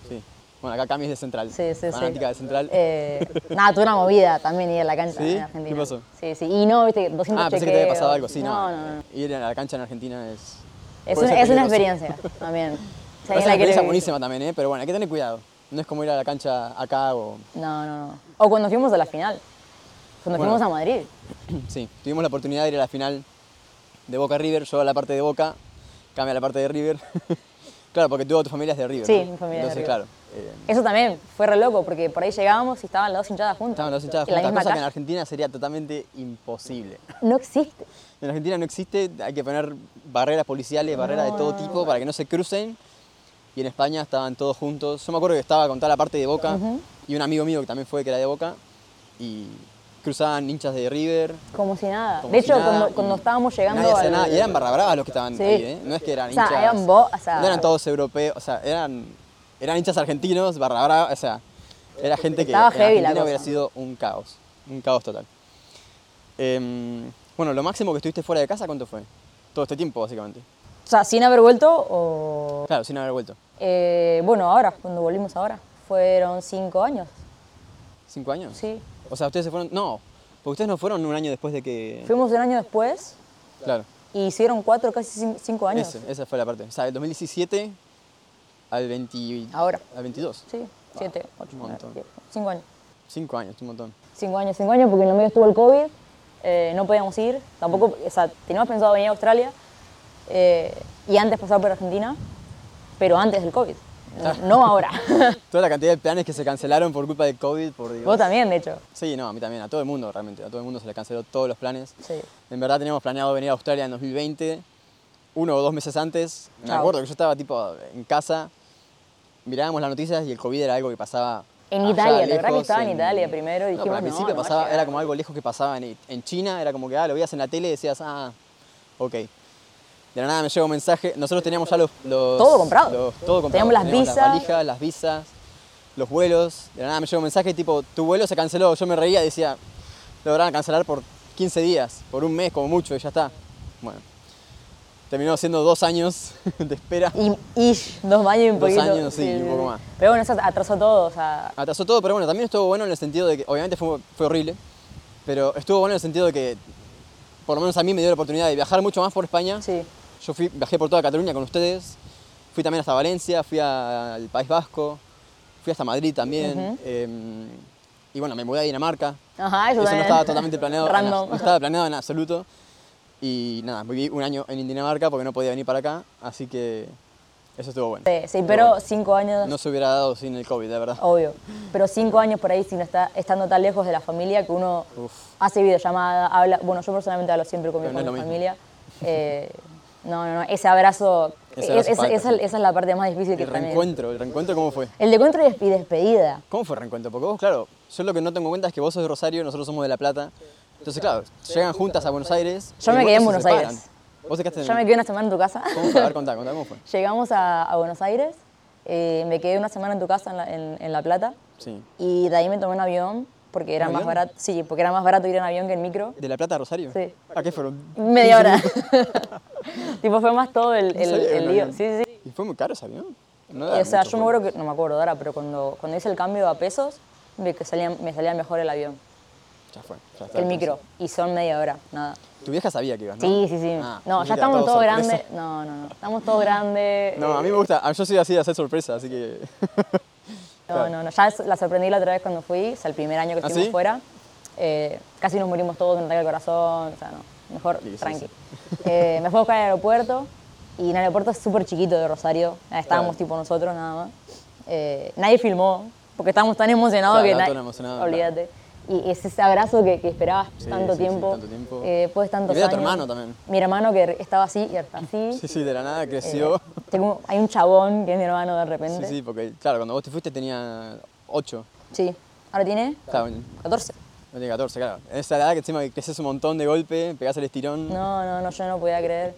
Sí. Bueno, acá Cami es de Central.
Sí, sí, sí.
Fanática de Central.
Eh, nada, tuve una movida también ir a la cancha
¿Sí?
en Argentina.
¿Qué pasó?
Sí, sí. Y no, viste, 200
ah, pensé que te había pasado algo.
así
Sí, no.
No, no, no.
Ir a la cancha en Argentina es...
Es,
puede
un-
ser
es una
peligroso.
experiencia también. Si
Es
alguien
una
la quiere
experiencia
vivir.
buenísima también, ¿eh? Pero bueno, hay que tener cuidado. No es como ir a la cancha acá o...
No, no, no. O cuando fuimos a la final. Cuando
Bueno.
fuimos a Madrid.
Sí, tuvimos la oportunidad de ir a la final de Boca-River. Yo a la parte de Boca, Cami a la parte de River. claro, porque tú a tu familia es de River,
Sí,
¿no?
mi familia es de
Entonces,
River.
claro. eh,
Eso también fue re loco, porque por ahí llegábamos y estaban las dos hinchadas juntas.
Estaban las dos hinchadas
En la
juntas,
misma
cosa que en
calle.
Argentina sería totalmente imposible.
No existe.
En Argentina no existe, hay que poner barreras policiales, barreras de todo tipo para que no se crucen. Y en España estaban todos juntos. Yo me acuerdo que estaba con toda la parte de Boca y un amigo mío que también fue que era de Boca y cruzaban hinchas de River.
Como si nada.
como
de
si
hecho,
nada,
cuando,
y
cuando estábamos llegando
nadie hacía
al-
nada, y eran barra bravas los que estaban
Sí.
ahí, ¿eh? No es que eran
O sea,
hinchas.
eran bo- o sea-
no eran todos europeos, o sea, eran, eran hinchas argentinos, barra bravas, o sea, era gente que
Estaba
en
heavy la
Argentina
cosa.
hubiera sido un caos, un caos total. Em, bueno, lo máximo que estuviste fuera de casa, ¿cuánto fue? todo este tiempo, básicamente.
O sea, sin haber vuelto o...
Claro, sin haber vuelto.
Eh, bueno, ahora, cuando volvimos ahora. Fueron cinco años,
¿Cinco años?
sí.
O sea, ustedes se fueron. No, porque ustedes no fueron un año después de que.
Fuimos un año después
Claro.
y hicieron cuatro, casi cin- cinco años.
Ese, esa fue la parte. O sea, del 2017 al 20
Ahora.
Al 22.
Sí, siete, ocho,
Ah, un
nueve,
montón.
diez, cinco años.
Cinco años, un montón.
Cinco años, cinco años, porque en el medio estuvo el COVID, eh, no podíamos ir, tampoco,
Mm.
o sea, teníamos pensado venir a Australia eh, y antes pasar por Argentina, pero antes del COVID, no ahora.
Toda la cantidad de planes que se cancelaron por culpa del COVID, por Dios.
Vos también, de hecho.
Sí, no, a mí también, a todo el mundo realmente. A todo el mundo se le canceló todos los planes.
Sí.
En verdad teníamos planeado venir a Australia en 2020, uno o dos meses antes. Me
Chao.
acuerdo que yo estaba tipo en casa, mirábamos las noticias y el COVID era algo que pasaba.
En
allá
Italia, ¿te acordás que
lejos,
estaba en Italia primero? Y
No, pero
dijimos,
al
no,
principio
no va a
pasaba,
llegar.
era como algo lejos que pasaba en, en China, era como que ah, lo veías en la tele y decías, ah, ok. De la nada me llega un mensaje, nosotros teníamos ya los. los-
Todo comprado.
los- todo comprado.
Teníamos las visas.
Las valijas, las visas, los vuelos. De la nada me llega un mensaje tipo, tu vuelo se canceló. Yo me reía y decía, lo van a cancelar por 15 días, por un mes como mucho y ya está. Bueno, terminó siendo dos años de espera.
Y, ish, dos años y un
Dos
poquito.
años, sí, un poco más. Ah.
Pero bueno, eso atrasó todo, o sea,
Atrasó todo, pero bueno, también estuvo bueno en el sentido de que, obviamente fue, fue horrible, pero estuvo bueno en el sentido de que, por lo menos a mí me dio la oportunidad de viajar mucho más por España.
sí.
Yo fui, viajé por toda Cataluña con ustedes, fui también hasta Valencia, fui a- al País Vasco, fui hasta Madrid también, em, y bueno, me mudé a Dinamarca.
Ajá, eso,
Eso no
también.
estaba totalmente planeado. en abs-
Random.
no estaba planeado en absoluto. Y nada, viví un año en Dinamarca porque no podía venir para acá, así que eso estuvo bueno.
Sí, sí,
Estuvo
pero Oh,
bueno.
cinco años,
No se hubiera dado sin el COVID, de verdad.
obvio. Pero cinco años por ahí, sin estar, estando tan lejos de la familia, que uno
Uf.
hace videollamada, habla. Bueno, yo personalmente hablo siempre con mi,
Pero no
con
es
mi
lo mismo.
familia. Eh, no, no, no, ese abrazo,
Ese
es-
abrazo
es-
falta,
esa,
sí.
esa es la parte más difícil que
El
también.
reencuentro, ¿el reencuentro cómo fue?
El de encuentro y des- y despedida.
¿Cómo fue el reencuentro? Porque vos, claro, yo lo que no tengo en cuenta es que vos sos de Rosario, nosotros somos de La Plata. Entonces, claro, llegan juntas a Buenos Aires.
Yo
y
me
vos
quedé en
se
Buenos
separan.
Aires.
Vos te quedaste en...
Yo me quedé una semana en tu casa.
¿Cómo fue? A ver, contá, contá cómo fue.
Llegamos a, a Buenos Aires, eh, me quedé una semana en tu casa en La, en- en la Plata
Sí.
y de ahí me tomé un avión porque era
¿Un
más
avión?
barato, sí, porque era más barato ir en avión que en micro.
¿De La Plata a Rosario?
Sí.
¿A qué fueron?
Media hora. tipo fue más todo el,
No
el,
sabía que
el
no
lío.
había-
Sí, sí, sí.
¿Y fue muy caro ese avión? No
Y,
da
o sea,
mucho
yo me
vuelo.
acuerdo que, no me acuerdo ahora, pero cuando, cuando hice el cambio a pesos, vi que salía, me salía mejor el avión
Ya fue, ya está.
que el micro. Y son media hora, nada.
Tu vieja sabía que ibas, ¿no?
Sí, sí, sí.
Ah,
no,
pensé
ya
que era
estamos
todo
todos
sorpresa.
grandes. No, no, no. Estamos todos grandes.
No, a mí me gusta. a- Yo soy así de hacer sorpresa, así que...
No, no, no. Ya es- la sorprendí la otra vez cuando fui, o sea, el primer año que
¿Ah,
estuvimos
sí?
fuera. eh, casi nos morimos todos de un ataque al corazón, o sea, no. Mejor,
Sí, sí,
tranqui.
sí.
Eh, me fue a buscar al aeropuerto y en el aeropuerto es súper chiquito de Rosario. Nada, Estábamos
Claro.
tipo nosotros nada más. Eh, nadie filmó porque estábamos tan emocionados
Claro,
que
tan
nadie.
emocionados,
Olvídate. Y es ese abrazo que, que esperabas
Sí,
tanto,
sí, sí,
tiempo,
tanto tiempo.
eh, después de tantos
Y vi a
años.
tu hermano también.
Mi hermano que estaba así y así.
Sí, sí, de la nada
Eh,
creció.
tengo- hay un chabón que es mi hermano de
Sí,
repente.
sí, porque, claro, cuando vos te fuiste tenía 8.
Sí. Ahora tiene
Claro, no
14.
tiene 14, claro. En esa edad que encima que creces un montón de golpe, pegás el estirón.
No, no, no, yo no podía creer.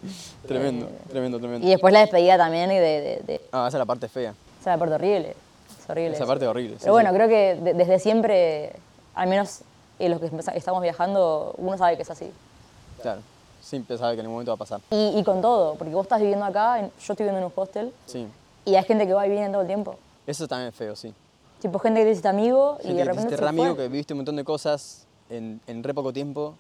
Tremendo, tremendo, tremendo.
Y después la despedida también y de, de, de-
Ah, esa es la parte fea.
o sea, la parte horrible. Es horrible.
Esa
eso.
parte horrible. sí,
Pero bueno, creo que de- desde siempre, al menos eh, los que empeza- estamos viajando, uno sabe que es así.
sí. Claro, siempre sabes que en un momento va a pasar.
Y, y con todo, porque vos estás viviendo acá, en- yo estoy viviendo en un hostel,
Sí,
y hay gente que va y viene todo el tiempo.
eso también es feo, sí.
Tipo, gente que te hiciste amigo y
Gente
de
que te
repente
hiciste
se
re amigo,
fue.
que viviste un montón de cosas en, en re poco tiempo.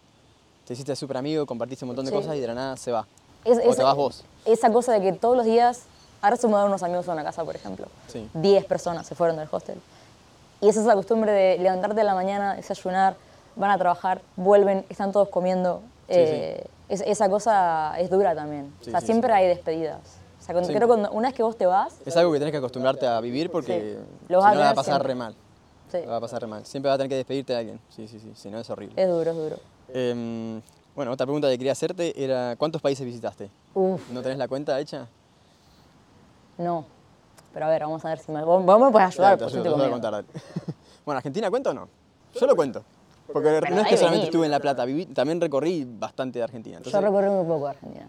Te hiciste súper amigo, compartiste un montón de
Sí.
cosas y de la nada se va.
Es-
o te
esa-
vas vos.
Esa cosa de que todos los días, ahora se mudaron unos amigos a una casa, por ejemplo.
Sí.
10 personas se fueron del hostel. Y es esa costumbre de levantarte a la mañana, desayunar, van a trabajar, vuelven, están todos comiendo.
Sí, sí.
Eh, es- esa cosa es dura también.
Sí,
o sea,
sí,
siempre hay despedidas. O sea, cuando-
Sí.
creo que cuando- una vez que vos te vas,
Es algo que tenés que acostumbrarte a vivir porque
Sí.
si
Lo
no
vas a
la va a
tener
pasar
siempre.
re mal.
sí,
La va a pasar re mal. Siempre vas a tener que despedirte de alguien. Sí, sí, sí. Si no, es horrible.
es duro, es duro.
Em, bueno, otra pregunta que quería hacerte era, ¿cuántos países visitaste?
Uf,
¿No tenés la cuenta hecha?
no. Pero a ver, vamos a ver si me, vos, vos me puedes ayudar.
Dale, te
por
ayudo,
suerte,
te ayudo a
conmigo.
contar, dale. Bueno, ¿Argentina cuenta o no? Yo lo cuento. Porque no es
ahí
que solamente
venís.
estuve en La Plata, viví- también recorrí bastante de Argentina.
Yo
Entonces,
recorrí muy poco de Argentina.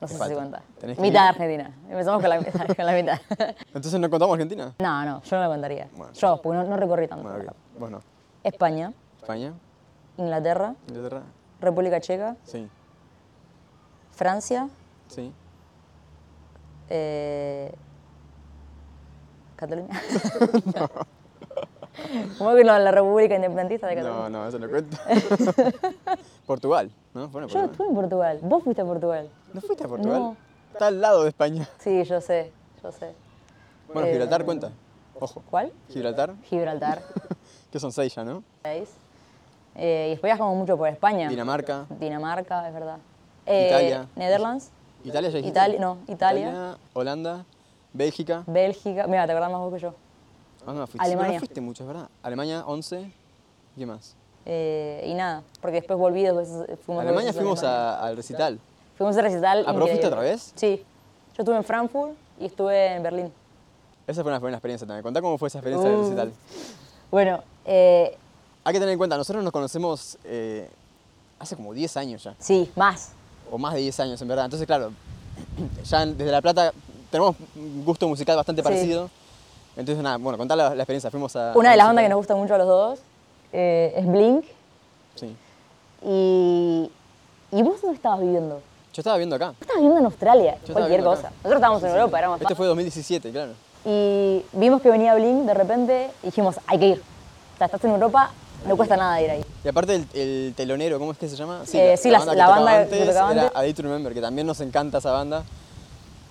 No sé si se
falta.
cuenta.
Tenés que
Mitad de
ir.
Argentina. Empezamos con la, con la mitad.
entonces no contamos Argentina.
No, no, yo no la contaría.
Bueno.
yo, porque no, no recorrí tanto.
Bueno, ok. Vos no.
España,
España,
Inglaterra,
Inglaterra,
República Checa,
sí.
Francia,
Sí.
eh, Cataluña. ¿Cómo que no? La República Independentista de Cataluña.
No, no, eso no cuenta. Portugal, ¿no? Bueno,
Yo
Portugal.
estuve en Portugal. Vos fuiste a Portugal.
¿No fuiste a Portugal?
No.
Está al lado de España.
Sí, yo sé, yo sé.
Bueno,
Eh,
Gibraltar cuenta. Ojo.
¿Cuál?
Gibraltar,
Gibraltar.
que son seis ya, ¿no?
país. Eh, y después viajamos mucho por España.
Dinamarca,
Dinamarca, es verdad. Eh,
Italia.
Netherlands,
Italia ya dijiste.
Italia, no, Italia.
Holanda, Bélgica.
Bélgica. Mira, te acordás más vos que yo.
Ah, no, fuiste, no,
Alemania.
no fuiste mucho, es verdad. Alemania, 11. ¿Qué más?
Eh, y nada, porque después volví, después eh, fuimos dos
Alemania
veces a
fuimos
Alemania.
a- al recital.
Fuimos al recital.
Ah, ¿pero fuiste
increíble.
otra vez?
Sí. Yo estuve en Frankfurt y estuve en Berlín.
Esa fue una buena experiencia también. Contá cómo fue esa experiencia del
Uh.
recital.
Bueno, eh,
Hay que tener en cuenta, nosotros nos conocemos eh, hace como 10 años ya.
sí, más.
o más de 10 años en verdad. Entonces, claro, ya en- desde La Plata tenemos un gusto musical bastante
Sí.
parecido. Entonces, nada, bueno, contá la, la experiencia. Fuimos a.
Una de las bandas que nos
no
gusta mucho a los dos eh, es Blink.
Sí.
Y, ¿Y vos dónde estabas viviendo? Vos
Yo estaba viendo acá.
estabas viviendo en Australia,
estaba
cualquier
viviendo acá.
cosa. Nosotros estábamos en Europa, éramos
Este fue 2017, claro.
Y vimos que venía Blink de repente y dijimos, hay que ir. O sea, estás en Europa, no cuesta nada ir ahí.
Y aparte, el, el telonero, ¿cómo es que se llama?
Eh, sí, las- la
tocaba
banda que tocaba
era
antes.
A Day to Remember, que también nos encanta esa banda.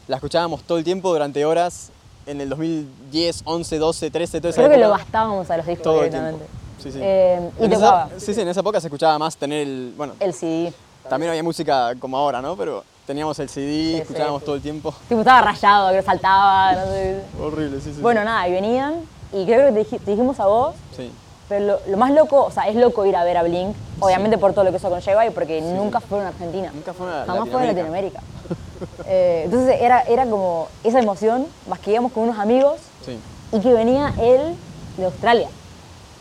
La escuchábamos todo el tiempo durante horas en el 2010, 11, 12, 13, todo esa
Creo que
época.
lo gastábamos a los discos
Todo el
directamente.
tiempo. Sí, sí.
Eh, y
En esa-
tocaba
sí, sí, en esa época se escuchaba más tener el. Bueno,
el CD.
También había música como ahora, ¿no? Pero teníamos el CD,
Sí,
escuchábamos
sí.
todo el tiempo.
Tipo, estaba rayado, que saltaba, no sé.
Horrible, sí, sí.
Bueno, nada, y venían y creo que te, dij- te dijimos a vos,
Sí,
pero lo, lo más loco, o sea, es loco ir a ver a Blink, obviamente por todo lo que eso conlleva y porque nunca fueron a Argentina.
Nunca fueron a
Jamás fueron a
Latinoamérica.
Latinoamérica. Eh, entonces era, era como esa emoción, más que íbamos con unos amigos
sí.
y que venía él de Australia.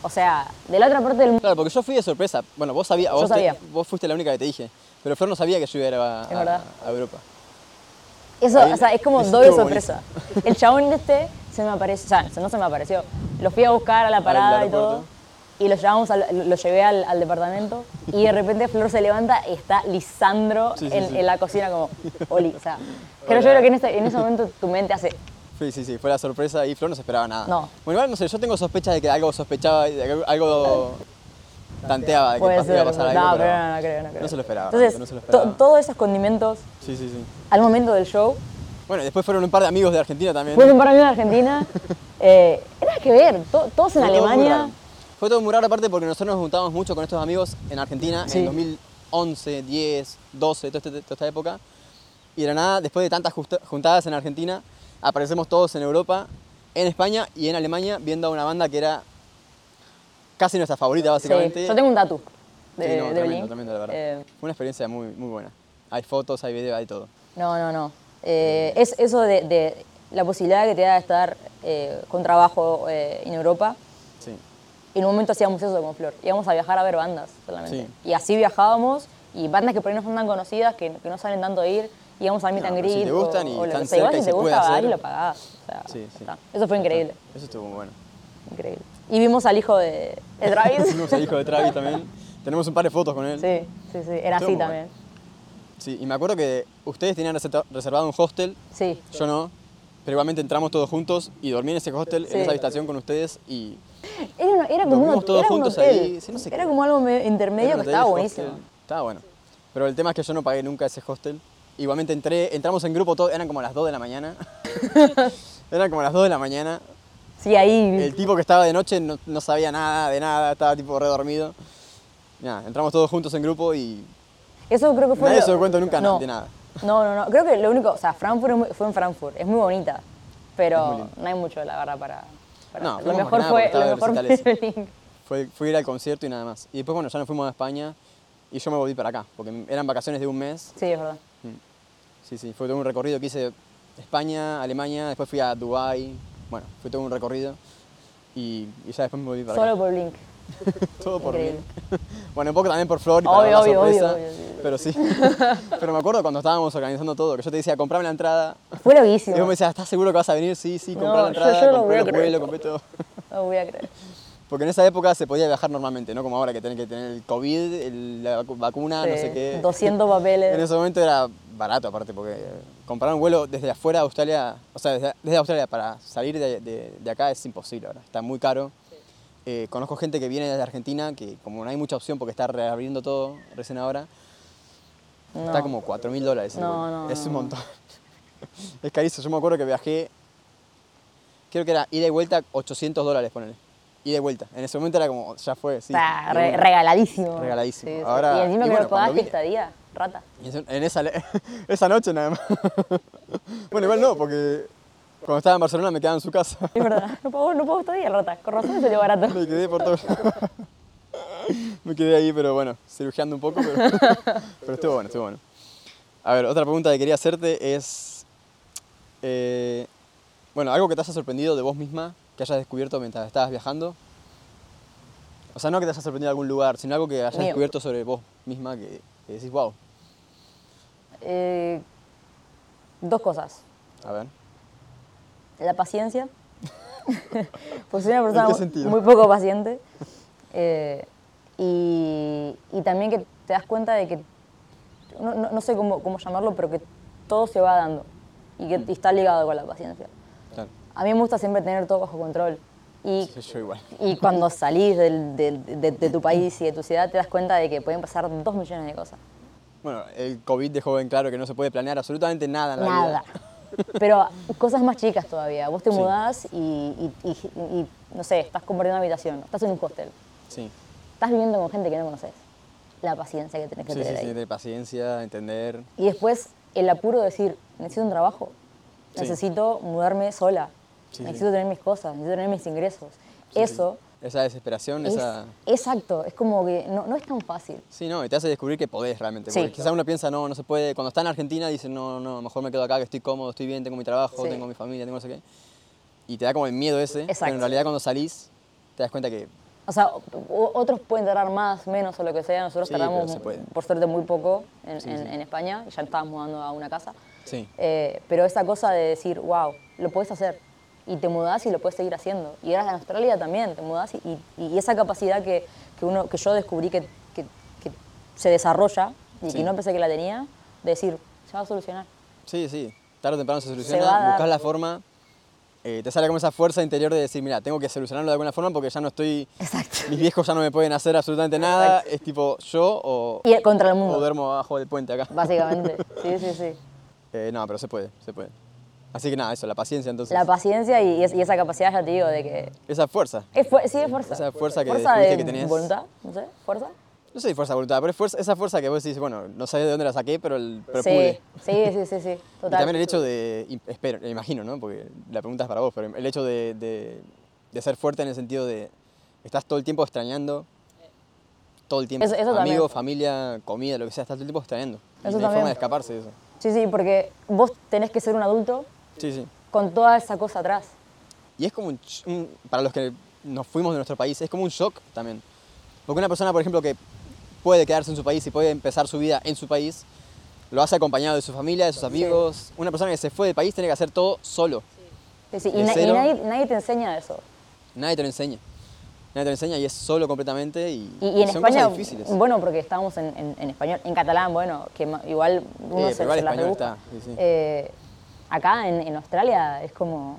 O sea, de la otra parte del mundo.
Claro, porque yo fui de sorpresa. Bueno, vos sabías.
Yo
Vos, te-
sabía.
vos fuiste la única que te dije. Pero Flor no sabía que yo iba a ir a,
Es verdad.
a- a Europa.
Eso,
Ahí-
o sea, es como
eso
doble
estuvo
sorpresa. El chabón este se me apareció, o sea, no se me apareció. Lo fui a buscar a la parada y
aeropuerto.
todo. Y lo, llevamos al- lo llevé al, al departamento y de repente Flor se levanta y está Lisandro
Sí, sí,
en,
sí.
en la cocina como, Oli, o sea, creo yo creo que en, este- en ese momento tu mente hace,
Sí, sí, sí. Fue la sorpresa y Flor no se esperaba nada.
No.
Bueno, igual no sé. Yo tengo sospechas de que algo sospechaba, de que algo tanteaba de que
puede
pas- iba
ser,
a pasar
no,
algo.
pero
pero
no, no creo, no creo.
no se lo esperaba,
Entonces,
no se lo
to-
esperaba.
todos esos condimentos
Sí, sí, sí.
al momento del show
Bueno, y después fueron un par de amigos de Argentina también.
Fueron para mí en Argentina. Eh, nada que ver, to- todos en
Fue todo muy
Alemania.
raro. Fue todo muy raro aparte porque nosotros nos juntábamos mucho con estos amigos en Argentina
Sí.
en 2011, 10, 12, toda, este- toda esta época. Y de la nada, después de tantas justa- juntadas en Argentina, aparecemos todos en Europa, en España y en Alemania viendo a una banda que era casi nuestra favorita
Sí,
básicamente.
Yo tengo un tatu de,
Sí, no,
de
tremendo,
Blink.
tremendo, la verdad.
Eh,
Fue una experiencia muy, muy buena. Hay fotos, hay video, hay todo.
no, no, no. Eh, es eso de, de la posibilidad que te da de estar eh, con trabajo eh, en Europa.
Sí.
En un momento hacíamos eso con Flor. Íbamos a viajar a ver bandas solamente.
Sí.
Y así viajábamos. Y bandas que por ahí no son tan conocidas, que, que no salen tanto de ir, íbamos a meet
No,
and
pero si
greet.
te gustan
o-
y
o lo que
están
sea. Igual
cerca y
si te
se puede
gusta, vas
hacer.
y lo pagás. O sea,
Sí, sí.
está. Eso fue increíble.
Eso estuvo muy bueno.
Increíble. Y vimos al hijo de, de Travis.
Fuimos al hijo de Travis también. Tenemos un par de fotos con él.
Sí, sí, sí. Era
Estuvo
así
muy
también.
Sí, y me acuerdo que ustedes tenían reserta- reservado un hostel,
Sí.
yo no, pero igualmente entramos todos juntos y dormí en ese hostel,
Sí.
en esa habitación con ustedes y
Era, una- era como,
Dormimos
un hot-
todos
era un
juntos
hotel.
ahí, sí, no sé
era
qué.
como algo medio intermedio
era
que
un hotel,
estaba
hostel,
buenísimo.
Estaba bueno. Pero el tema es que yo no pagué nunca ese hostel. Igualmente entré, entramos en grupo todos, eran como las 2 de la mañana. eran como las 2 de la mañana.
Sí, ahí.
El tipo que estaba de noche no, no sabía nada, de nada, estaba tipo redormido. Nada, entramos todos juntos en grupo y
eso creo que fue.
nadie
lo-
se dio cuenta nunca
no.
de nada.
No, no, no. Creo que lo único. O sea, Frankfurt es muy- fue en Frankfurt. Es muy bonita. Pero
Es muy lindo.
no hay mucho, la verdad, para. para
No,
hacer.
fuimos
lo mejor
más que nada porque
fue.
estaba
Lo
de
mejor
recitales.
fue el link.
Fue, fui ir al concierto y nada más. Y después, bueno, ya nos fuimos a España y yo me volví para acá, porque eran vacaciones de un mes.
Sí, es verdad.
Sí, sí, fue todo un recorrido que hice España, Alemania, después fui a Dubái. Bueno, fue todo un recorrido y, y ya después me volví para
Solo
acá.
por Blink.
Todo por mí.
Increíble.
bueno, un poco también por Flor y para
Obvio,
dar la
obvio,
sorpresa.
obvio, obvio, obvio.
Pero sí. pero me acuerdo cuando estábamos organizando todo, que yo te decía, comprame la entrada.
Fue
Y vos
loquísimo.
me decías, ¿estás seguro que vas a venir? Sí, sí, compré
No,
la
yo-
entrada,
yo no voy a
compré los
creer.
vuelos, compré todo.
No voy a creer.
Porque en esa época se podía viajar normalmente, no como ahora que tenés que tener el COVID, el- la vacu- vacuna, no
Sí,
sé qué.
200 papeles.
En ese momento era barato aparte, porque comprar un vuelo desde afuera de Australia, o sea, desde, desde Australia para salir de, de- de acá es imposible ahora, está muy caro. Eh, conozco gente que viene desde Argentina, que como no hay mucha opción porque está reabriendo todo recién ahora, está como 4 mil dólares. el
No,
vuelo.
no,
es
no,
un montón. Es carísimo, yo me acuerdo que viajé, creo que era ida y vuelta 800 dólares, ponele. Ida y vuelta. En ese momento era como, ya fue, sí.
Está
de
re-
una.
regaladísimo.
Regaladísimo. Ahora-
y
y
encima que
bueno,
lo pagás
cuando
que
vine.
estadía, rata.
Y eso- En esa, le- esa noche nada más. Bueno, igual no, porque cuando estaba en Barcelona me quedaba en su casa.
Es verdad, no pago, no pago estadía, rata. Con razón me salió barato.
Me quedé por todo. Me quedé ahí, pero bueno, cirujeando un poco, pero, pero estuvo bueno, estuvo bueno. A ver, otra pregunta que quería hacerte es, eh, bueno, algo que te haya sorprendido de vos misma, que hayas descubierto mientras estabas viajando. O sea, no que te haya sorprendido de algún lugar, sino algo que hayas
Mío.
descubierto sobre vos misma que, que decís, wow,
Eh, dos cosas.
a ver.
La paciencia. pues soy una persona
qué
mu-
sentido?
muy poco paciente. Eh, y, y también que te das cuenta de que, no, no- no sé cómo, cómo llamarlo, pero que todo se va dando y que
Mm.
y está ligado con la paciencia.
Claro,
A mí me gusta siempre tener todo bajo control. Y
sí, yo igual.
Y cuando salís del- del- de, de tu país y de tu ciudad, te das cuenta de que pueden pasar dos millones de cosas.
Bueno, el COVID dejó en claro que no se puede planear absolutamente nada en la
Nada.
vida.
Pero cosas más chicas todavía. Vos te
Sí.
mudás y, y- y- y, no sé, estás compartiendo una habitación, estás en un hostel,
Sí,
estás viviendo con gente que no conoces. La paciencia que tenés que
sí, sí,
tener
sí,
ahí.
de paciencia, entender.
Y después el apuro de decir, necesito un trabajo,
Sí.
necesito mudarme sola,
Sí,
necesito tener mis cosas, necesito tener mis ingresos.
Sí,
Eso
sí. Esa desesperación,
es
esa...
exacto, es como que no, no es tan fácil.
Sí, no, y te hace descubrir que podés realmente.
Sí.
Porque quizá uno piensa, no, no se puede. Cuando está en Argentina dicen, no, no, mejor me quedo acá, que estoy cómodo, estoy bien, tengo mi trabajo,
Sí.
tengo mi familia, tengo no sé qué. Y te da como el miedo ese. Pero
Exacto.
en realidad cuando salís, te das cuenta que
O sea, o- o- otros pueden tardar más, menos o lo que sea. Nosotros
Sí,
tardamos,
pero se puede.
por suerte, muy poco en,
Sí,
en-
sí.
en España. Ya estábamos mudando a una casa.
sí,
Eh, pero esa cosa de decir, wow, lo puedes hacer. Y te mudás y lo puedes seguir haciendo. Y ahora en Australia también, te mudás. Y, y- y esa capacidad que, que uno, que yo descubrí que, que- que se desarrolla y que
Sí.
no pensé que la tenía, de decir, se va a solucionar.
sí, sí. Tarde o temprano se
va a
soluciona,
dar.
buscas la forma. eh, te sale como esa fuerza interior de decir, mira, tengo que solucionarlo de alguna forma porque ya no estoy...
Exacto.
Mis viejos ya no me pueden hacer absolutamente nada. Es tipo yo o,
Y contra el
o
mundo,
duermo abajo del puente acá.
básicamente. Sí, sí, sí.
Eh, no, pero se puede, se puede. Así que nada, eso, la paciencia entonces.
La paciencia y, y esa capacidad, ya te digo, de que
Esa fuerza.
Es fu- sí, es fuerza.
Esa fuerza que
fuerza de
descubriste que tenés.
voluntad, no sé, fuerza.
No sé si fuerza de voluntad, pero es fuerza, esa fuerza que vos decís, bueno, no sabés de dónde la saqué, pero, el, pero
sí,
pude.
sí, sí, sí, sí,
Y
total.
también el hecho de, y espero, me imagino, ¿no? Porque la pregunta es para vos, pero el hecho de, de- de ser fuerte en el sentido de estás todo el tiempo extrañando, todo el tiempo,
Eso- eso también.
amigos, familia, comida, lo que sea, estás todo el tiempo extrañando. Y
Eso
no hay forma
también.
de escaparse de eso.
Sí, sí, porque vos tenés que ser un adulto
Sí, sí.
con toda esa cosa atrás.
Y es como un, ch- un- Para los que nos fuimos de nuestro país, es como un shock también. Porque una persona, por ejemplo, que puede quedarse en su país y puede empezar su vida en su país, lo hace acompañado de su familia, de sus amigos. Una persona que se fue del país tiene que hacer todo solo.
Sí, sí, y,
De
na- y
cero.
nadie, nadie te enseña eso.
Nadie te lo enseña. Nadie te lo enseña y es solo completamente. Y,
Y, y en
son
España,
cosas difíciles.
bueno, porque estábamos en, en- en español, en catalán, bueno, que ma- igual uno
Eh,
se,
pero igual
se la
español
rebusca.
está, sí, sí.
Eh, acá en, en Australia es como,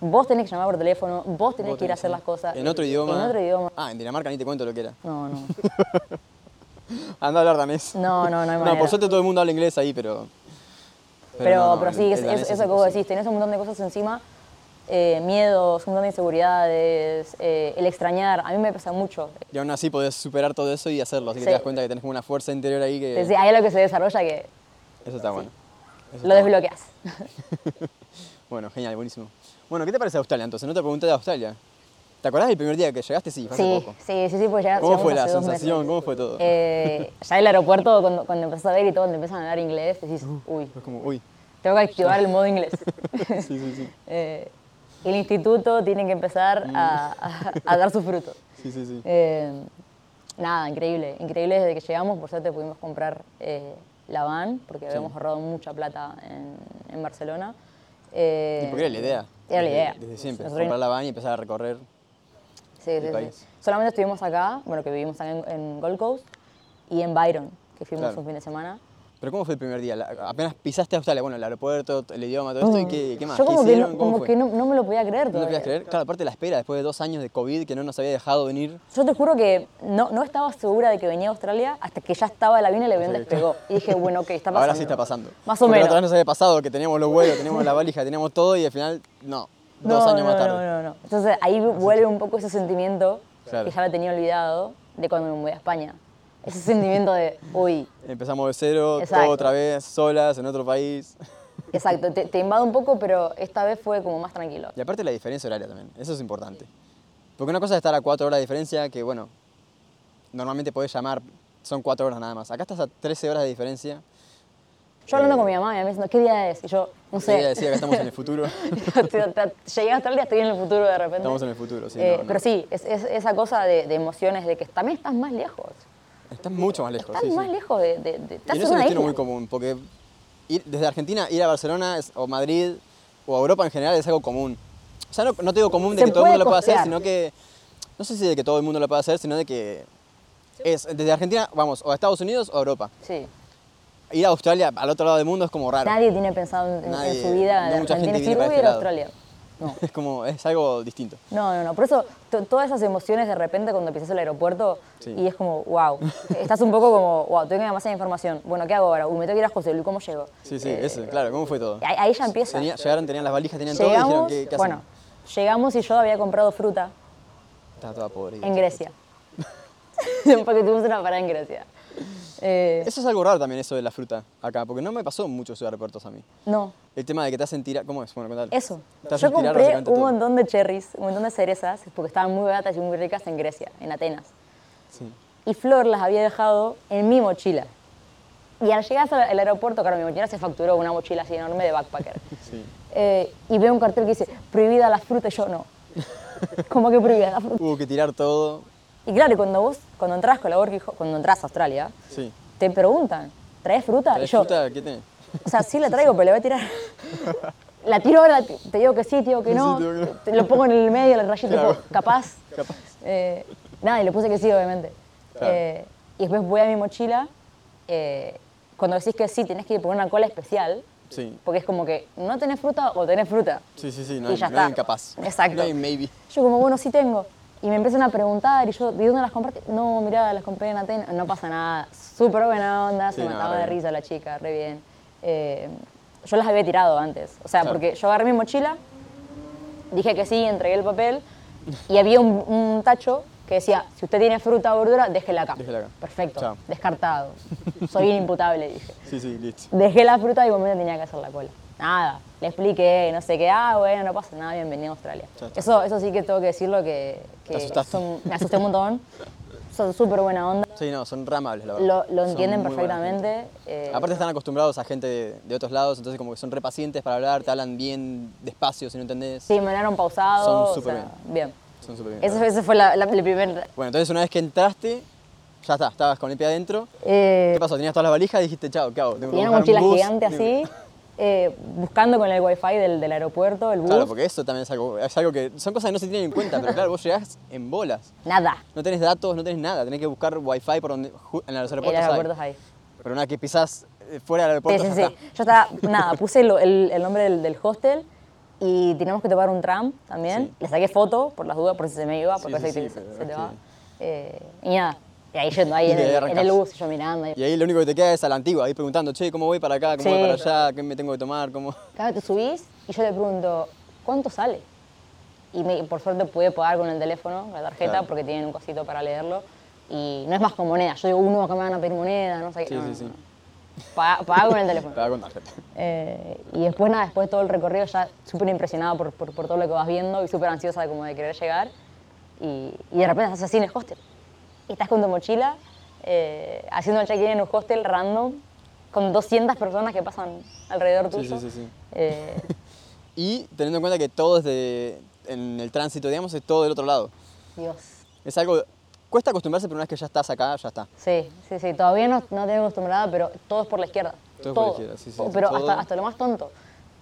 vos tenés que llamar por teléfono, vos tenés
Vos
que ir a
tenés-
hacer las cosas.
En otro idioma.
En otro idioma.
Ah, en Dinamarca ni te cuento lo que era.
No, no,
Anda a hablar danés.
no, no, no hay manera.
por suerte todo el mundo habla inglés ahí, pero.
Pero,
no, no,
pero
el-
sí,
el
es- es-
danés es
eso que vos
imposible.
decís, tenés un montón de cosas encima, eh, miedos, un montón de inseguridades, eh, el extrañar, a mí me pesa mucho.
Y aún así podés superar todo eso y hacerlo. Así que
Sí.
te das cuenta que tenés como una fuerza interior ahí que.
Entonces, ahí es lo que se desarrolla que
Eso está bueno. Eso
lo
está bueno.
desbloqueas.
Bueno, genial, buenísimo. Bueno, ¿qué te parece Australia entonces? No te pregunté de Australia. ¿Te acordás del primer día que llegaste? Sí, fue hace
Sí,
poco.
sí, sí, sí, pues ya
¿Cómo
llegamos
fue la
hace dos meses.
sensación? ¿Cómo fue todo?
Eh, ya en el aeropuerto, cuando, cuando empezás a ver y todo, cuando empiezan a hablar inglés, decís,
Uh.
uy,
Fue como, uy.
tengo que activar el modo inglés.
Sí, sí, sí.
Eh, el instituto tiene que empezar a- a- a dar sus frutos.
Sí, sí, sí.
Eh, nada, increíble. Increíble desde que llegamos. Por suerte pudimos comprar eh, la van, porque habíamos ahorrado mucha plata en, en Barcelona. Eh,
¿Y por qué era la idea?
Era la
Desde-
idea.
Desde siempre.
Nosotros-
Comprar la van y empezar a recorrer.
Sí, sí, sí.
país.
Solamente estuvimos acá, bueno, que vivimos acá en, en Gold Coast y en Byron, que fuimos
Claro.
un fin de semana.
¿Pero cómo fue el primer día? La- apenas pisaste Australia, bueno, el aeropuerto, el idioma, todo esto, ¿y qué, qué más?
Mm. Yo como
¿Qué
que,
hicieron?
no,
¿Cómo
como
fue?
que no, no me lo podía creer
¿No lo podías
todavía.
creer? Claro, aparte la espera, después de dos años de COVID que no nos había dejado venir.
Yo te juro que no, no estaba segura de que venía a Australia hasta que ya estaba el avión y el avión
Sí.
despegó. Y dije, bueno, ok, está pasando.
Ahora sí está pasando.
Más o
Porque la
menos.
otra vez nos había pasado que teníamos los vuelos, teníamos la valija, teníamos todo y al final, no, dos años más
No,
tarde.
no, no. Entonces ahí vuelve un poco ese sentimiento
Claro.
que ya lo tenía olvidado de cuando me mudé a España. Ese sentimiento de, uy,
Empezamos de cero,
Exacto.
todo otra vez, solas, en otro país.
exacto, te, te invade un poco, pero esta vez fue como más tranquilo.
Y aparte la diferencia horaria también, eso es importante. Porque una cosa es estar a cuatro horas de diferencia, que bueno, normalmente podés llamar, son cuatro horas nada más. Acá estás a 13 horas de diferencia.
Yo hablando
Eh.
con mi mamá, mi mamá diciendo, ¿qué día es? Y yo, no sé.
Quería decir que estamos en el futuro.
Te- te- Llegué a Australia, estoy en el futuro de repente.
Estamos en el futuro, sí.
Eh,
no, no.
Pero sí, es, es- esa cosa de, de emociones de que también estás más lejos.
Estás mucho más lejos.
Estás
sí, sí.
más lejos de... de, de- estás
Y
en
no es un
una isla.
destino muy común, porque ir- desde Argentina ir a Barcelona es- o Madrid o a Europa en general es algo común. O sea, no, no te digo común de
Se
que todo el mundo
puede
lo pueda hacer,
costear.
sino que. No sé si de que todo el mundo lo pueda hacer, sino de que. Es, desde Argentina, vamos, o a Estados Unidos o a Europa.
Sí.
Ir a Australia, al otro lado del mundo, es como raro.
Nadie tiene pensado en, en- en
Nadie-
su vida
no
de
mucha gente
Argentina. Si
viene para
voy a
este
ir a
lado.
Australia. No.
Es como, es algo distinto.
No, no, no. Por eso, to- todas esas emociones de repente cuando pisas el aeropuerto
Sí.
y es como, wow. Estás un poco como, wow, tengo que ir a más información. Bueno, ¿qué hago ahora? Uy, me tengo que ir a José Luis, ¿cómo llego?
Sí, sí, eso, claro, ¿cómo fue todo?
Ahí, ahí ya empieza.
Tenía- llegaron, tenían las valijas, tenían todo y dijeron,
llegamos,
¿qué, qué
bueno,
hacemos?
llegamos y yo había comprado fruta
Está toda podrida.
en Grecia. Porque tuvimos una parada en Grecia. Eh,
Eso es algo raro también, eso de la fruta acá, porque no me pasó mucho esos aeropuertos a mí.
no,
El tema de que te hacen tirar. ¿Cómo es? Bueno, contale.
Eso.
Te hacen
Yo
tirar
compré un
básicamente todo.
montón de cherries, un montón de cerezas, porque estaban muy baratas y muy ricas en Grecia, en Atenas.
Sí.
Y Flor las había dejado en mi mochila. Y al llegar al al aeropuerto, claro, mi mochila se facturó una mochila así enorme de backpacker.
Sí.
Eh, y veo un cartel que dice, prohibida la fruta, y yo no. ¿Cómo que prohibida la fruta?
Hubo que tirar todo.
Y claro, y cuando vos, cuando entras con la Borghi, cuando entras a Australia,
Sí.
te preguntan, ¿traes fruta?
¿La
y yo,
fruta qué tenés?
O sea, sí la traigo, pero le voy a tirar. La tiro ahora, te te digo que sí, te digo que no.
Sí, te digo que no.
te- Lo pongo en el medio, el rayito,
Claro.
tipo, capaz.
Capaz.
Eh, nada, y le puse que sí, obviamente.
Claro.
Eh, y después voy a mi mochila. eh, cuando decís que sí, tenés que ir por una cola especial.
Sí.
Porque es como que no tenés fruta o tenés fruta.
Sí, sí, sí. No
Y
hay,
ya
no hay
está.
capaz.
Exacto.
No hay maybe.
Yo como, bueno, sí tengo. Y me empiezan a preguntar, y yo, ¿de dónde las compraste? No, mirá, las compré en Atenas. No pasa nada. Súper buena onda, se
Sí, no,
mataba
re
de
bien.
risa la chica, re bien. Eh, yo las había tirado antes. O sea,
Claro.
porque yo agarré mi mochila, dije que sí, entregué el papel, y había un, un tacho que decía, si usted tiene fruta o verdura, déjela acá.
Déjela acá.
Perfecto,
Chao.
descartado. Soy inimputable, dije.
Sí, sí, listo.
Dejé la fruta y momento tenía que hacer la cola. Nada, le expliqué, no sé qué, ah, bueno, no pasa nada, bienvenido a Australia.
Chao, chao.
Eso, eso sí que tengo que decirlo que, que
Te asustaste.
son- me asusté un montón. Son súper buena onda,
Sí, no, son ramables, la
lo,
verdad.
lo
Son
entienden
muy buena gente.
perfectamente. eh,
Aparte están acostumbrados a gente de, de otros lados, entonces como que son repacientes para hablar, te hablan bien despacio si no entendés.
sí, me hablaron pausado.
Son
o
súper
sea, bien.
Son súper bien. la
Ese,
verdad.
ese fue la, la- el primer.
Bueno, entonces una vez que entraste, ya está, estabas con el pie adentro.
eh,
¿Qué pasó? Tenías todas las valijas y dijiste, chao, ¿qué hago? Tengo que
tenía una
buscar
mochila
un bus".
gigante así, eh, buscando con el wifi del, del aeropuerto, el bus.
Claro, porque eso también es algo, es algo que son cosas que no se tienen en cuenta, pero claro, vos llegás en bolas.
Nada.
No tenés datos, no tenés nada, tenés que buscar wifi por donde, ju- en los
El
aeropuertos. hay.
aeropuerto es ahí.
Pero una vez que pisás eh, fuera del
Sí,
aeropuerto,
sí,
ya
sí.
está.
Yo estaba, nada, puse lo- el, el nombre del, del hostel y teníamos que tomar un tram también.
Sí.
Le saqué foto por las dudas, por si se me iba,
Sí,
porque se,
sí, sí,
se-
pero
se te
es
va.
que-
Eh, y nada, y ahí yendo, ahí
Y
en
de ahí
el, en
arrancás.
el bus, yo mirando. y-
Y ahí lo único que te queda es a la antigua, ahí preguntando, che, ¿cómo voy para acá? ¿Cómo voy
Sí.
para allá? ¿Qué me tengo que tomar? ¿Cómo?
Cada vez te subís y yo le pregunto, ¿cuánto sale? Y me- por suerte pude pagar con el teléfono, la tarjeta,
Claro.
porque tienen un cosito para leerlo. Y no es más con moneda. Yo digo, uno, acá me van a pedir moneda, no sé qué.
Sí,
no,
sí,
no,
sí.
no. Pa- pagar con el teléfono.
Estaba con tarjeta.
Eh, y después, nada, después de todo el recorrido, ya súper impresionada por, por, por todo lo que vas viendo y súper ansiosa como de querer llegar. Y, y de repente estás así en el hostel. Y estás con tu mochila, eh, haciendo el check-in en un hostel random, con 200 personas que pasan alrededor
Sí,
tuyo.
sí, sí, sí.
Eh,
Y teniendo en cuenta que todo es de, en el tránsito, digamos, es todo del otro lado.
Dios.
Es algo, cuesta acostumbrarse, pero una vez que ya estás acá, ya está.
Sí, sí, sí. Todavía no, no tengo acostumbrada, pero todo es por la izquierda.
Todo es por la izquierda, sí, sí,
Pero
todo.
hasta, hasta lo más tonto.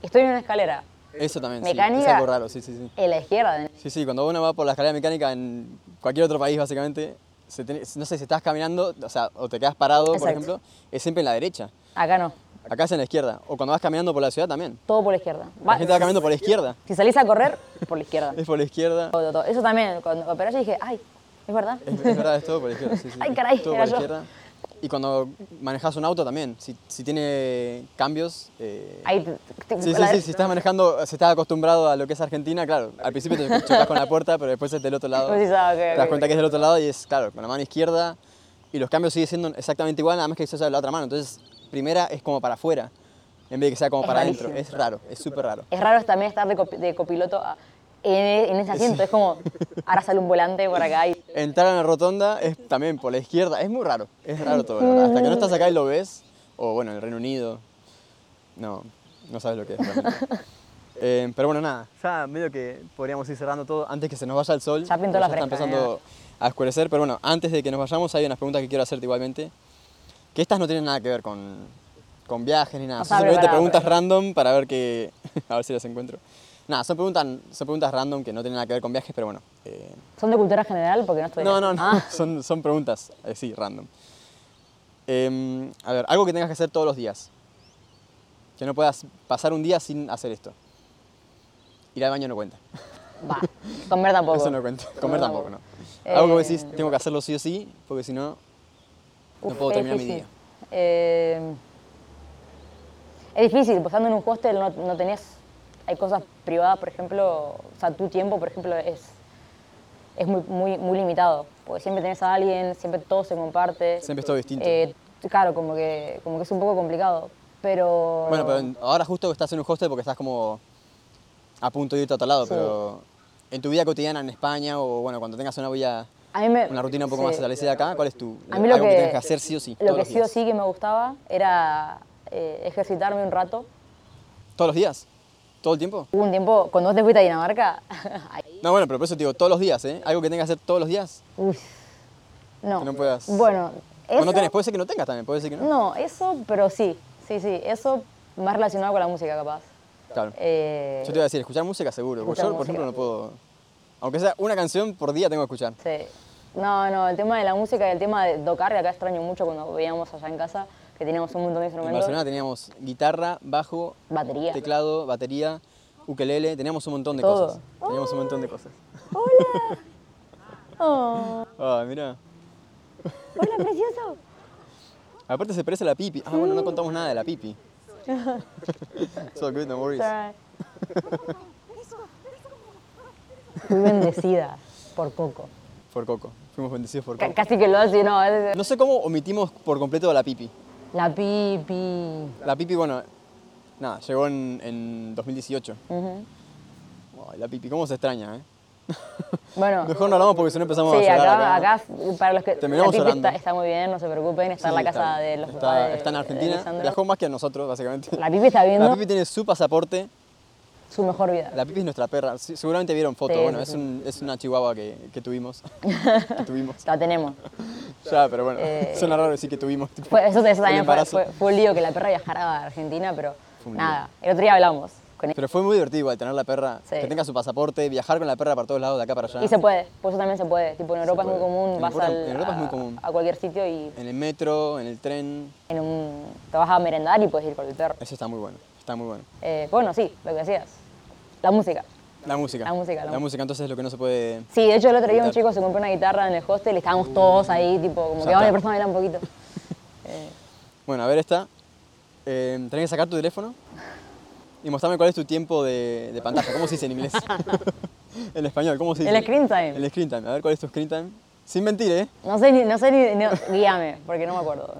Estoy en una escalera,
Eso también, sí. Es
Mecánica.
algo raro, sí, sí, sí.
en la izquierda,
Sí, sí, cuando uno va por la escalera mecánica en cualquier otro país, básicamente, se tiene- no sé, si estás caminando, o sea, o te quedas parado, por
Exacto.
ejemplo, es siempre en la derecha.
Acá no,
Acá es en la izquierda. O cuando vas caminando por la ciudad también.
todo por la izquierda.
La
Va-
gente va caminando por la izquierda.
Si salís a correr, por la izquierda.
Es por la izquierda.
Todo, todo. Eso también, cuando operé yo dije, ay, es verdad.
Es, es verdad, es todo por la izquierda. sí, sí.
Ay, caray,
Todo por
era
la
yo.
izquierda. Y cuando manejas un auto también, si, si tiene cambios. eh,
Ahí, te- te-
Sí, sí,
la-
sí, si estás manejando, si estás acostumbrado a lo que es Argentina, claro, al principio te chocas con la puerta, pero después es del otro lado.
Pues sí, ah, ok,
te
ok,
das
ok.
cuenta que es del otro lado y es, claro, con la mano izquierda y los cambios sigue siendo exactamente igual, nada más que se usa la otra mano. Entonces, primera es como para afuera, en vez de que sea como
Es
para
rarísimo.
adentro. Es raro, es súper raro.
Es raro también estar de, copi- de copiloto a- en, en ese asiento. Es como, ahora sale un volante por acá y...
Entrar en la rotonda es también por la izquierda, es muy raro, es raro todo, la verdad. Hasta que no estás acá y lo ves, o bueno, en el Reino Unido, no, no sabes lo que es realmente. Eh, pero bueno, nada, ya medio que podríamos ir cerrando todo antes que se nos vaya el sol.
Ya pintó eh.
porque
la
está
fresca,
empezando a oscurecer, pero bueno, antes de que nos vayamos hay unas preguntas que quiero hacerte igualmente, que estas no tienen nada que ver con, con viajes ni nada,
O
son
sea,
simplemente
preparado,
preguntas
pero-
random para ver que, a ver si las encuentro. Nada, son preguntas, son preguntas random que no tienen nada que ver con viajes, pero bueno. eh,
¿Son de cultura general? Porque no estoy...
no, no, no.
Ah,
Son, son preguntas así, random. Em, a ver, algo que tengas que hacer todos los días. Que no puedas pasar un día sin hacer esto. Ir al baño no cuenta.
va. Comer tampoco.
Eso no cuenta. Comer tampoco, no.
Eh,
algo que vos decís, tengo que hacerlo sí o sí, porque si no, no
Uf,
puedo
es
terminar mi
difícil.
día.
Eh, es difícil, pues estando en un hostel no, no tenés... Hay cosas privadas, por ejemplo, o sea, tu tiempo, por ejemplo, es, es muy, muy, muy limitado. Porque siempre tenés a alguien, siempre todo se comparte.
Siempre es todo distinto.
Eh, claro, como que, como que es un poco complicado. Pero...
Bueno, pero en- ahora justo estás en un hostel porque estás como a punto de irte a otro lado,
Sí.
pero en tu vida cotidiana en España o bueno, cuando tengas una vida,
A mí me-
una rutina un poco más
Eh, sí.
establecida acá, ¿cuál es tu
A mí lo
algo que,
que-
tengas que hacer sí o sí?
Lo
todos
que
los
sí o
días?
sí que me gustaba era eh, ejercitarme un rato.
¿Todos los días? ¿Todo el tiempo?
Hubo un tiempo, cuando vos te fuiste a Dinamarca, ahí-
No, bueno, pero por eso te digo, todos los días, ¿eh? Algo que tengas que hacer todos los días.
uy, no.
Que no puedas.
Bueno, eso,
O no tenés, puede ser que no tengas también, puede ser que no.
no, eso, pero sí, sí, sí, eso más relacionado con la música capaz.
Claro.
Eh,
Yo te iba a decir, escuchar música seguro. porque
escuchar
yo, por ejemplo, no
música.
puedo... Aunque sea una canción por día tengo que escuchar.
Sí. No, no, el tema de la música y el tema de tocar, que acá extraño mucho cuando veíamos allá en casa, que teníamos un montón de
En
instrumentos.
Barcelona teníamos guitarra, bajo,
Batería.
teclado, batería, ukelele, teníamos un montón de
Todo.
cosas. Teníamos un montón de cosas.
Oh,
Ah, mira.
hola, precioso.
Aparte se parece a la pipi. Ah, bueno, no contamos nada de la pipi. so good, no worries.
Fui bendecida por Coco.
Por Coco. Fuimos bendecidos por
C-
Coco.
casi que lo hace, no. es-
No sé cómo omitimos por completo a la pipi.
La pipi.
La Pipi, bueno, nada, llegó en, en 2018. Ay, la Pipi, cómo se extraña, ¿eh?
Bueno,
Mejor no hablamos porque si no empezamos a
Ah. sí,
llorar
acá,
acá.
acá, para los que.
Terminamos
la pipi
llorando.
está, está muy bien, no se preocupen, está en
Sí,
la casa
está-
de los papás
está,
de-
está en
de
Argentina,
Lisandro.
viajó más que nosotros, básicamente.
La pipi está viendo
La Pipi tiene su pasaporte.
su mejor vida.
La Pipi es nuestra perra. Sí, Seguramente vieron fotos.
Sí,
bueno,
sí,
es,
sí.
un- es una chihuahua que, que tuvimos. que tuvimos.
La tenemos.
Ya, pero bueno,
Eh,
suena raro decir que tuvimos. tipo,
Fue- eso, eso
el
también fue,
embarazo.
fue, fue un lío que la perra viajara a Argentina, pero
Fue un lío.
nada. El otro día hablamos con ella.
Pero fue muy divertido igual tener la perra,
Sí.
que tenga su pasaporte, viajar con la perra para todos lados, de acá para allá.
Y se puede, por eso también se puede. Tipo, en Europa es muy
Ah, puede.
común,
En
vas
Europa-
al-
en Europa es muy
a-
común.
a cualquier sitio y
En el metro, en el tren,
en un, te vas a merendar y puedes ir con el perro.
Eso está muy bueno, está muy bueno.
Eh, bueno, sí, lo que decías. La música.
La música.
La música, la mu-
entonces es lo que no se puede...
Sí, de hecho el otro día un
Guitarra.
chico se compró una guitarra en el hostel y estábamos todos ahí, tipo, como
Ya
que vamos
está.
a persona un poquito.
Bueno, a ver esta. Eh, tenés que sacar tu teléfono y mostrarme cuál es tu tiempo de, de pantalla. ¿Cómo se dice en inglés? en español, ¿cómo se dice?
El screen time.
El screen time. A ver cuál es tu screen time. Sin mentir, ¿eh?
No sé ni, no sé ni, no, guíame, porque no me acuerdo.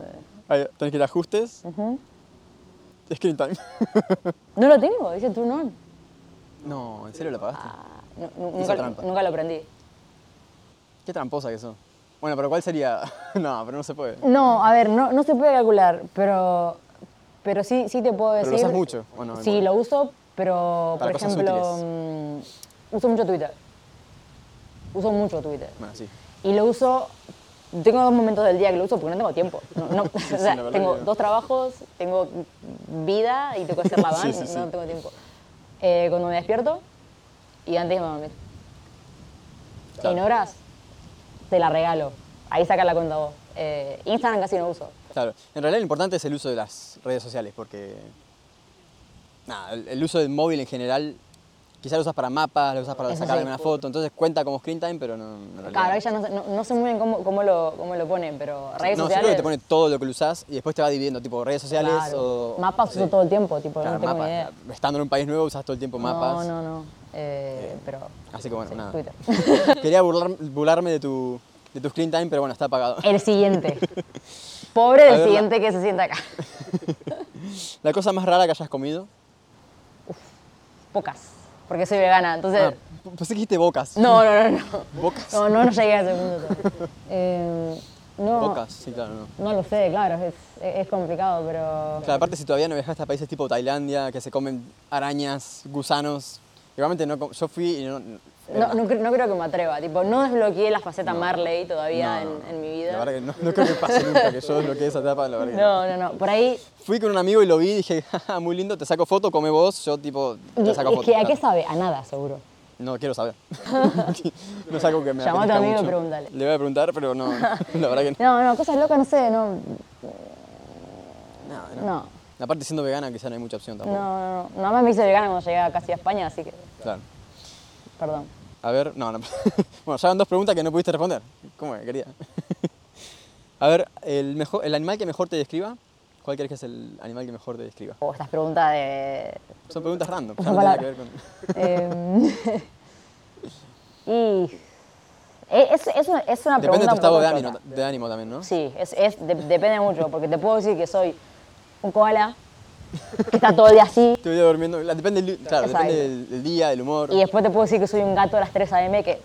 Ahí, tenés que ir a ajustes. Screen time.
No lo tengo, dice turn on.
no, ¿en serio lo apagaste?
Ah, no, nu-
Hizo
nunca,
trampa.
nunca lo aprendí.
Qué tramposa que sos. Bueno, pero ¿cuál sería? no, pero no se puede.
No, a ver, no, no se puede calcular, pero, pero sí, sí te puedo
lo
decir.
usas mucho, ¿o no?
Sí, lo uso, pero
Para
por
cosas
ejemplo, mm, uso mucho Twitter. Uso mucho Twitter.
Bueno, sí.
Y lo uso, tengo dos momentos del día que lo uso porque no tengo tiempo. No, no, o sea,
la verdad
tengo
que no.
dos trabajos, tengo vida y tengo que hacer la van,
Sí, sí, sí.
no tengo tiempo. Eh, cuando me despierto y antes me voy a dormir.
Claro.
En horas te la regalo. Ahí saca la cuenta vos. Eh, Instagram casi no uso.
Claro, en realidad lo importante es el uso de las redes sociales, porque nada, el, el uso del móvil en general, quizás lo usas para mapas, lo usas para
Eso
sacar
sí.
alguna foto, entonces cuenta como screen time, pero no... en realidad-
Claro, ella no, sé- no, no sé muy bien cómo, cómo lo, cómo lo ponen, pero redes
no, yo creo
sociales.
que te pone todo lo que lo usás y después te va dividiendo, tipo redes sociales
claro.
o...
Mapas
sí.
uso todo el tiempo, tipo,
Claro,
no tengo
mapas.
ni idea.
Estando en un país nuevo usas todo el tiempo mapas.
No, no, no. Eh, pero.
Así que bueno,
sí,
nada.
Twitter.
Quería burlar- burlarme de tu, de tu screen time, pero bueno, está apagado.
El siguiente. Pobre
A ver,
del
la-
siguiente que se sienta acá.
La cosa más rara que hayas comido.
Pocas. Porque soy vegana, entonces.
Ah, pensé que dijiste bocas.
No, no, no, no.
Bocas.
No, no, no llegué a ese punto. Eh, no,
Bocas, sí, claro, no.
no lo sé, claro, es, es complicado, pero.
Claro, aparte si todavía no viajaste a países tipo Tailandia, que se comen arañas, gusanos. Igualmente no, com- yo fui y no...
No, no, cre- no creo que me atreva, tipo, no desbloqueé la faceta Marley todavía
no,
en,
no.
en mi
La
vida.
verdad que no, no creo que pase nunca que yo desbloquee esa etapa, la verdad que no.
No, no, no, por ahí,
Fui con un amigo y lo vi y dije, "Jaja, muy lindo, te saco foto, come vos, yo tipo, te
es
saco foto.
que ¿a qué
claro.
sabe? A nada, seguro.
No quiero saber. no es algo que me
Llamá a tu
apetezca
amigo y
mucho.
preguntale.
Le voy a preguntar, pero no, la verdad que no.
No, no, cosas locas, no sé, no,
No,
no, no,
Aparte siendo vegana quizá no hay mucha opción tampoco.
no, no. Nada más me hice vegana cuando llegué casi a España, así que,
Claro.
perdón.
A ver, no, no. bueno, ya van dos preguntas que no pudiste responder. ¿Cómo es, querida? a ver, el, mejor, el animal que mejor te describa, ¿cuál crees que es el animal que mejor te describa?
O estas preguntas de...
Son preguntas random, ya
Son
no tiene nada que ver
palabras.
con...
Em, y... e, Es, es una, es una
Depende de
pregunta
tu
un
estado
poco
de
chota.
ánimo, de ánimo también, ¿no?
Sí, es, es- de- depende mucho, porque te puedo decir que soy un koala, que está todo el día así,
Estoy durmiendo, la- depende, del- claro,
Exacto.
depende del, del día, del humor.
y después te puedo decir que soy un gato a las 3 a.m. que,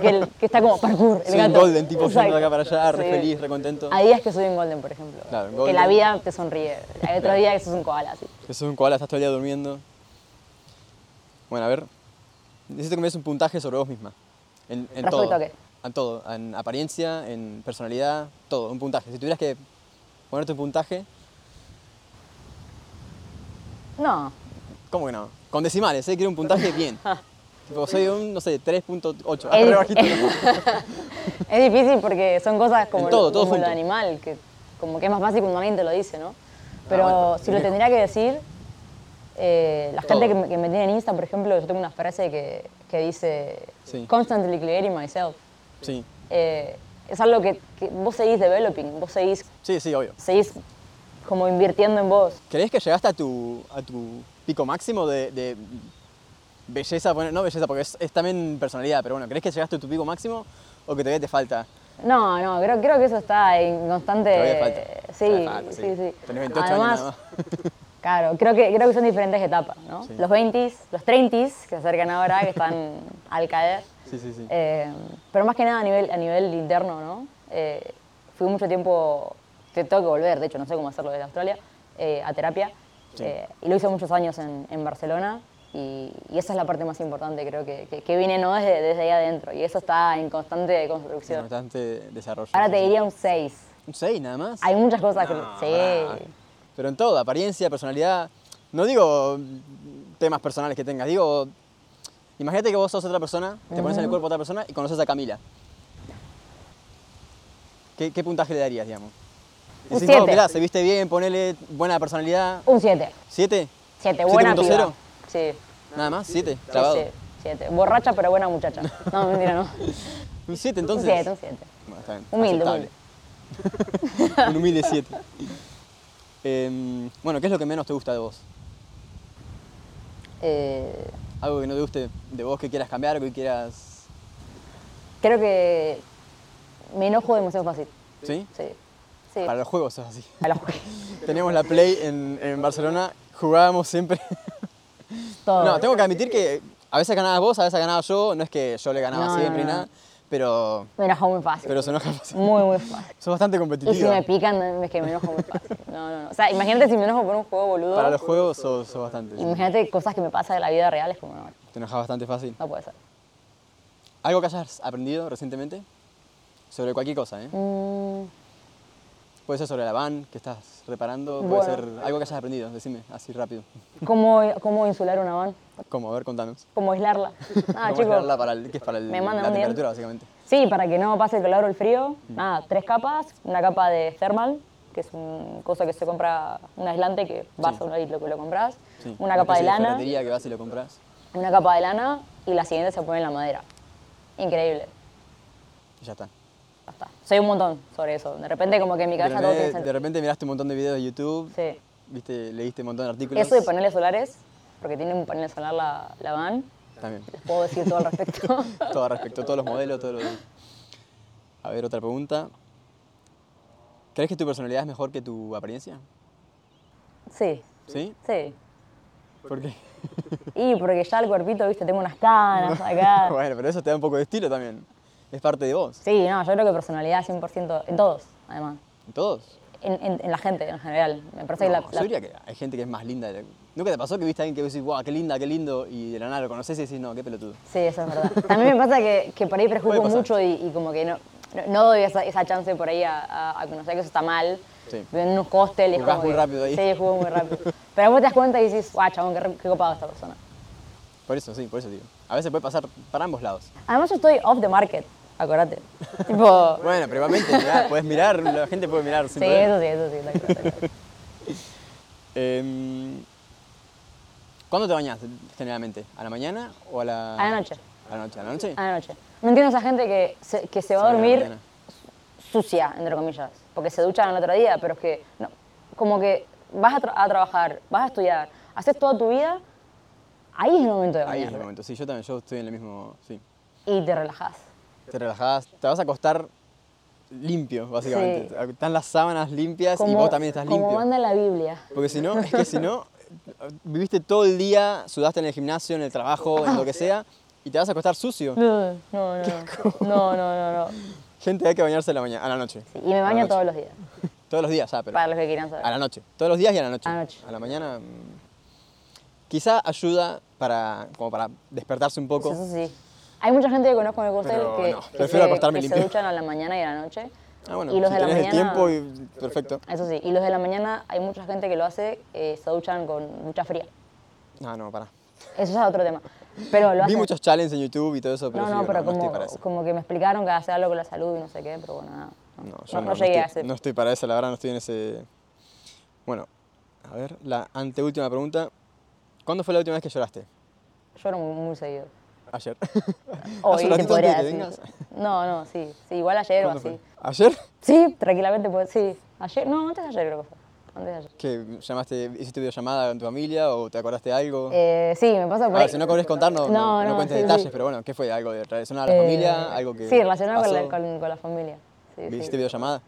que, el- que está como parkour, el
Soy un
gato.
golden, tipo yendo
Exacto.
de acá para allá, re
Sí.
feliz, re contento.
Hay días que soy un golden, por ejemplo,
Claro, un
que
golden.
la vida te sonríe. Hay otros días que sos un koala, así.
Que sos un koala, estás todo el día durmiendo. Bueno, a ver. Necesito que me des un puntaje sobre vos misma. En, en
¿Respecto
todo.
a qué?
En todo. En apariencia, en personalidad, todo. Un puntaje. Si tuvieras que ponerte un puntaje,
No,
¿cómo que no? Con decimales, ¿eh? Quiero un puntaje bien.
Ah.
tipo, soy un, no sé, 3.8. Ah,
Es-
re bajito, ¿no?
es difícil porque son cosas como,
En todo,
lo-
todo
como lo
junto.
animal, que como que es más fácil cuando alguien te lo dice, ¿no? Pero
Ah, bueno,
si lo
bien.
tendría que decir, eh, la
Todo.
gente que me, que me tiene en Insta, por ejemplo, yo tengo una frase que, que dice,
Sí.
constantly clearing myself.
Sí.
Eh, es algo que, que vos seguís developing, vos seguís,
Sí, sí, obvio.
seguís como invirtiendo en vos.
¿Crees que llegaste a tu, a tu pico máximo de, de belleza? Bueno, no belleza, porque es, es también personalidad, pero bueno, ¿crees que llegaste a tu pico máximo o que todavía te falta?
No, no, creo, creo que eso está en
Todavía
constante...
falta.
Sí,
Todavía falta, sí.
sí, sí.
Tenés 28 años
Además,
nada
Claro, creo que, creo que son diferentes etapas, ¿no?
Sí.
Los 20s, los 30s, que se acercan ahora, que están al caer.
Sí, sí, sí.
Eh, pero más que nada a nivel, a nivel interno, ¿no? Eh, fui mucho tiempo, te tengo que volver, de hecho, no sé cómo hacerlo desde Australia, eh, a terapia.
Sí.
Eh, y lo hice muchos años en, en Barcelona. Y, y esa es la parte más importante, creo que, que, que vine no desde, desde ahí adentro. Y eso está en constante construcción.
Bastante desarrollo.
Ahora te
Sí, sí.
diría un 6.
Un 6 nada más.
Hay muchas cosas que...
No, pará.
Sí.
Pero en todo, apariencia, personalidad. No digo mm, temas personales que tengas, digo. Imagínate que vos sos otra persona, te pones en el cuerpo de otra persona y conoces a Camila. ¿Qué, qué puntaje le darías, digamos?
Un
Decís, no,
siete.
mirá, se viste bien, ponele buena personalidad.
Un 7. 7,
¿Siete? ¿Siete
buena
punto
piba.
cero?
Sí.
Nada más, siete,
Sí,
clavado.
sí, siete. Borracha pero buena muchacha. No, mentira, no.
Un siete,
Un
entonces.
siete, un siete.
Bueno, está bien.
Humilde,
Aceptable. Un humilde 7. bueno, ¿qué es lo que menos te gusta de vos?
Eh,
Algo que no te guste de vos que quieras cambiar, que quieras.
creo que me enojo demasiado fácil.
¿Sí?
Sí. Sí.
Para los juegos es así.
A los-
Teníamos la Play en, en Barcelona, jugábamos siempre.
todo.
No, tengo que admitir que a veces ganabas vos, a veces ganaba yo. No es que yo le ganaba
No,
siempre
no,
y
no.
nada, pero,
Me enojo muy fácil.
pero se enoja fácil.
Muy, muy fácil.
Sos bastante
Y si
competitiva.
me pican, es que me enojo muy fácil. No, no, no. O sea, imagínate si me enojo por un juego boludo.
Para los juegos sos, sos bastante. sí.
Imagínate cosas que me pasan en la vida real, es como, no,
Te enojas bastante fácil.
no puede ser.
¿Algo que hayas aprendido recientemente? Sobre cualquier cosa, ¿eh?
Mm,
Puede ser sobre la van que estás reparando, puede
Bueno.
ser algo que hayas aprendido, decime así rápido.
¿cómo, ¿Cómo insular una van?
¿Cómo? A ver, contanos.
¿Cómo aislarla? Ah,
¿Cómo
chicos.
aislarla para el- que es para el-
me
la
mandan un DM.
temperatura, básicamente.
Sí, para que no pase el calor o el frío. Nada, tres capas, una capa de thermal, que es un cosa que se compra, un aislante que vas a un y lo, lo compras.
Sí,
Una capa de
especie
lana,
ferretería que vas y lo compras.
una capa de lana y la siguiente se pone en la madera. Increíble.
Y ya está.
Ya está. Soy un montón sobre eso. De repente como que en mi
De
cabeza todo tiene
repente, de
sentido.
repente miraste un montón de videos de YouTube,
Sí.
viste, leíste un montón de artículos.
Eso de paneles solares, porque tiene un panel solar la, la van.
También.
Les puedo decir todo al respecto.
Todo respecto a todos los modelos, todo lo A ver, otra pregunta. ¿Crees que tu personalidad es mejor que tu apariencia?
sí,
¿Sí?
sí.
¿Por qué?
Y porque ya el cuerpito, viste, tengo unas canas acá.
bueno, pero eso te da un poco de estilo también. Es parte de vos.
Sí, no, yo creo que personalidad 100% en todos, además.
En todos.
En, en- en la gente en general. Me parece que
No,
la,
yo
la-
diría que hay gente que es más linda. de la- ¿Nunca te pasó que viste a alguien que decís, guau, qué linda, qué lindo, y de la nada lo conoces y decís, no, qué pelotudo?
Sí, eso es verdad. También me pasa que, que por ahí prejuzgo
Puede pasar.
mucho y, y como que no, no, no doy esa, esa chance por ahí a, a- a conocer que eso está mal.
Sí.
Vivo en unos hostels y es
Juzgás
como
muy
que-
rápido ahí.
Sí, juego muy rápido. Pero vos te das cuenta y dices, guau, chabón, qué, re- qué copado esta persona.
Por eso, sí, por eso digo. A veces puede pasar para ambos lados.
Además yo estoy off the market, acordate. tipo,
Bueno, pero igualmente, mirá, puedes mirar, la gente puede mirar. sin
sí,
problema.
eso sí, eso sí. tal cual, tal cual.
Em, ¿Cuándo te bañas generalmente? ¿A la mañana o a la...?
A la noche.
¿A la noche? ¿A la noche?
A la noche. No entiendo esa gente que se, que se va a
Sale a la
dormir
mañana.
sucia, entre comillas, porque se duchan al otro día, pero es que, no, como que vas a, tra- a trabajar, vas a estudiar, haces toda tu vida, ahí es el momento de
Ahí es el
bañarte.
momento. Sí, yo también, yo estoy en el mismo... Sí.
Y te relajas.
Te relajás, te vas a acostar limpio, básicamente.
Sí.
Están las sábanas limpias y
Como,
vos también estás
como
limpio.
manda la Biblia.
Porque si no, es que si no, viviste todo el día, sudaste en el gimnasio, en el trabajo, en lo que sea, y te vas a acostar sucio.
No, no, no. No, no, no, no.
Gente, hay que bañarse a la, mañana, a la noche.
Sí, y me
A la
baño
noche.
todos los días,
Todos los días, ya, pero...
para los que quieran saber.
A la noche. Todos los días y a la noche.
A la noche.
mañana. mm, Quizá ayuda para, como para despertarse un poco.
Eso sí. Hay mucha gente que conozco en el hostel
Pero
que,
no,
que
prefiero
se,
acostarme
que se
limpio.
duchan a la mañana y a la noche.
Ah, bueno,
y los
si
de la
tenés
mañana.
el tiempo y perfecto.
Eso sí, y los de la mañana hay mucha gente que lo hace, eh, se duchan con mucha fría.
No, no, para.
Eso ya es otro tema. Pero lo
Vi
hacen.
muchos challenges en YouTube y todo eso, pero
no,
yo
no,
digo,
pero
no, no
como,
estoy para eso.
como que me explicaron que hace algo con la salud y no sé qué, pero bueno, nada. No,
No,
no-
yo no,
no
no
llegué a
estoy,
ese.
no estoy para eso, la verdad, no estoy en ese. Bueno, a ver, la anteúltima pregunta. ¿Cuándo fue la última vez que lloraste?
Yo era muy, muy seguido.
Ayer.
Hoy te
un ratito
podría
antes de que
decir.
vengas.
No, no, sí, sí, igual ayer o
¿Cuándo
así.
fue? ¿Ayer?
Sí, tranquilamente, pues, sí. Ayer, no, antes de ayer creo que fue. Antes de ayer.
¿Que llamaste, hiciste videollamada con tu familia o te acordaste de algo?
Eh, sí, me pasa por
A ver,
ahí.
si no querés contarnos, no,
No,
no,
no,
cuentes
sí,
detalles,
sí.
pero bueno, ¿qué fue? ¿Algo de relacionado a la familia? ¿Algo que
Sí, relacionado con la,
pasó?
con- con la familia. Sí, sí.
¿Viste videollamada?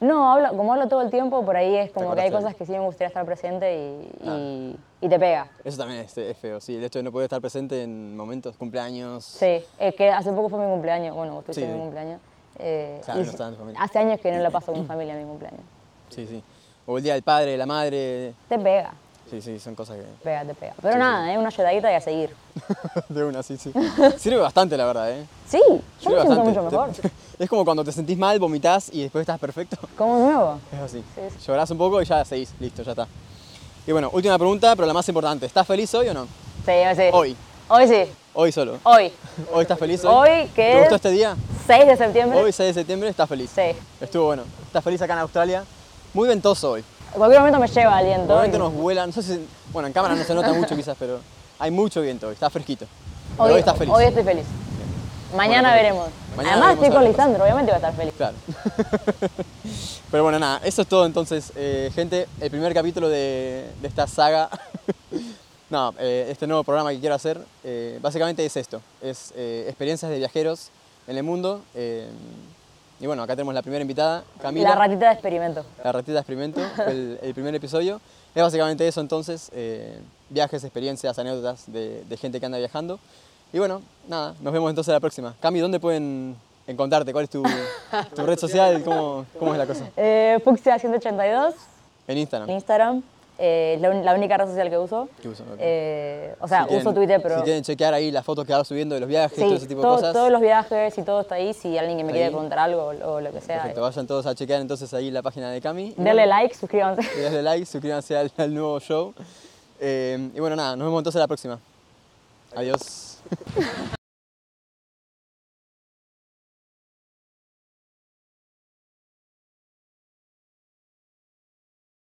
No, hablo, como hablo todo el tiempo, por ahí es como que hay
acordaste?
cosas que sí me gustaría estar presente y,
Ah.
y- y te pega.
Eso también es, es feo, sí, el hecho de no poder estar presente en momentos, cumpleaños.
Sí, eh, que hace poco fue mi cumpleaños, bueno, vos tuviste
Sí.
mi cumpleaños. eh,
Claro,
y
no estaba en tu familia.
hace años que no la paso con mi familia mi cumpleaños.
sí, sí. O el día del padre, de la madre.
Te pega,
Sí, sí, son cosas que.
te pega, te pega. Pero nada, es una lloradita y a seguir.
De una, sí, sí. Sirve bastante, la verdad, ¿eh?
Sí, yo
Sirve
me siento
bastante.
mucho mejor.
Te- Es como cuando te sentís mal, vomitas y después estás perfecto.
Como nuevo.
Es así.
Sí, sí.
Llorás un poco y ya seguís, listo, ya está. Y bueno, última pregunta, pero la más importante. ¿Estás feliz hoy o no?
Sí, sí.
Hoy.
Hoy sí,
Hoy solo.
hoy.
¿Hoy estás feliz?
Oh. Hoy, que
¿Te gustó
es-
este día?
6 de septiembre.
Hoy, 6 de septiembre, estás feliz.
Sí.
Estuvo bueno. Estás feliz acá en Australia. Muy ventoso hoy.
En cualquier momento me lleva aliento.
Normalmente nos vuelan. No sé si- bueno, en cámara no se nota mucho quizás, pero hay mucho viento hoy. Está fresquito. Pero hoy, estás feliz.
Hoy estoy feliz. Mañana
Bueno,
veremos.
mañana
Además
veremos
estoy
a
con
ver qué pasa.
Lisandro, obviamente va a estar feliz.
Claro. pero bueno, nada. Eso es todo entonces, eh, gente. El primer capítulo de, de esta saga. no, eh, este nuevo programa que quiero hacer, eh, básicamente es esto. Es eh, experiencias de viajeros en el mundo. eh, y bueno, acá tenemos la primera invitada, Camila.
La ratita de experimento.
La ratita experimento, fue el, el primer episodio. Es básicamente eso entonces, eh, viajes, experiencias, anécdotas de, de gente que anda viajando. Y bueno, nada, nos vemos entonces la próxima. Cami, ¿dónde pueden encontrarte? ¿Cuál es tu, tu red social? ¿Cómo, cómo es la cosa?
Eh, Fuxia 182
En
en
Instagram.
Instagram. Eh, es la, un- la única red social que uso.
Que uso, ok.
Eh, o sea,
Si quieren-
uso Twitter, pero.
Si quieren chequear ahí las fotos que vas subiendo de los viajes,
sí,
todo ese tipo
todo-
de cosas.
todos los viajes y todo está ahí. Si alguien que me
Está
quiere
ahí.
preguntar algo o, o lo que sea. eh,
Perfecto, vayan todos a chequear entonces ahí la página de Cami. Y
Denle like, suscríbanse.
bueno, denle like, suscríbanse al, al nuevo show. Eh, y bueno, nada, nos vemos entonces la próxima. Adiós.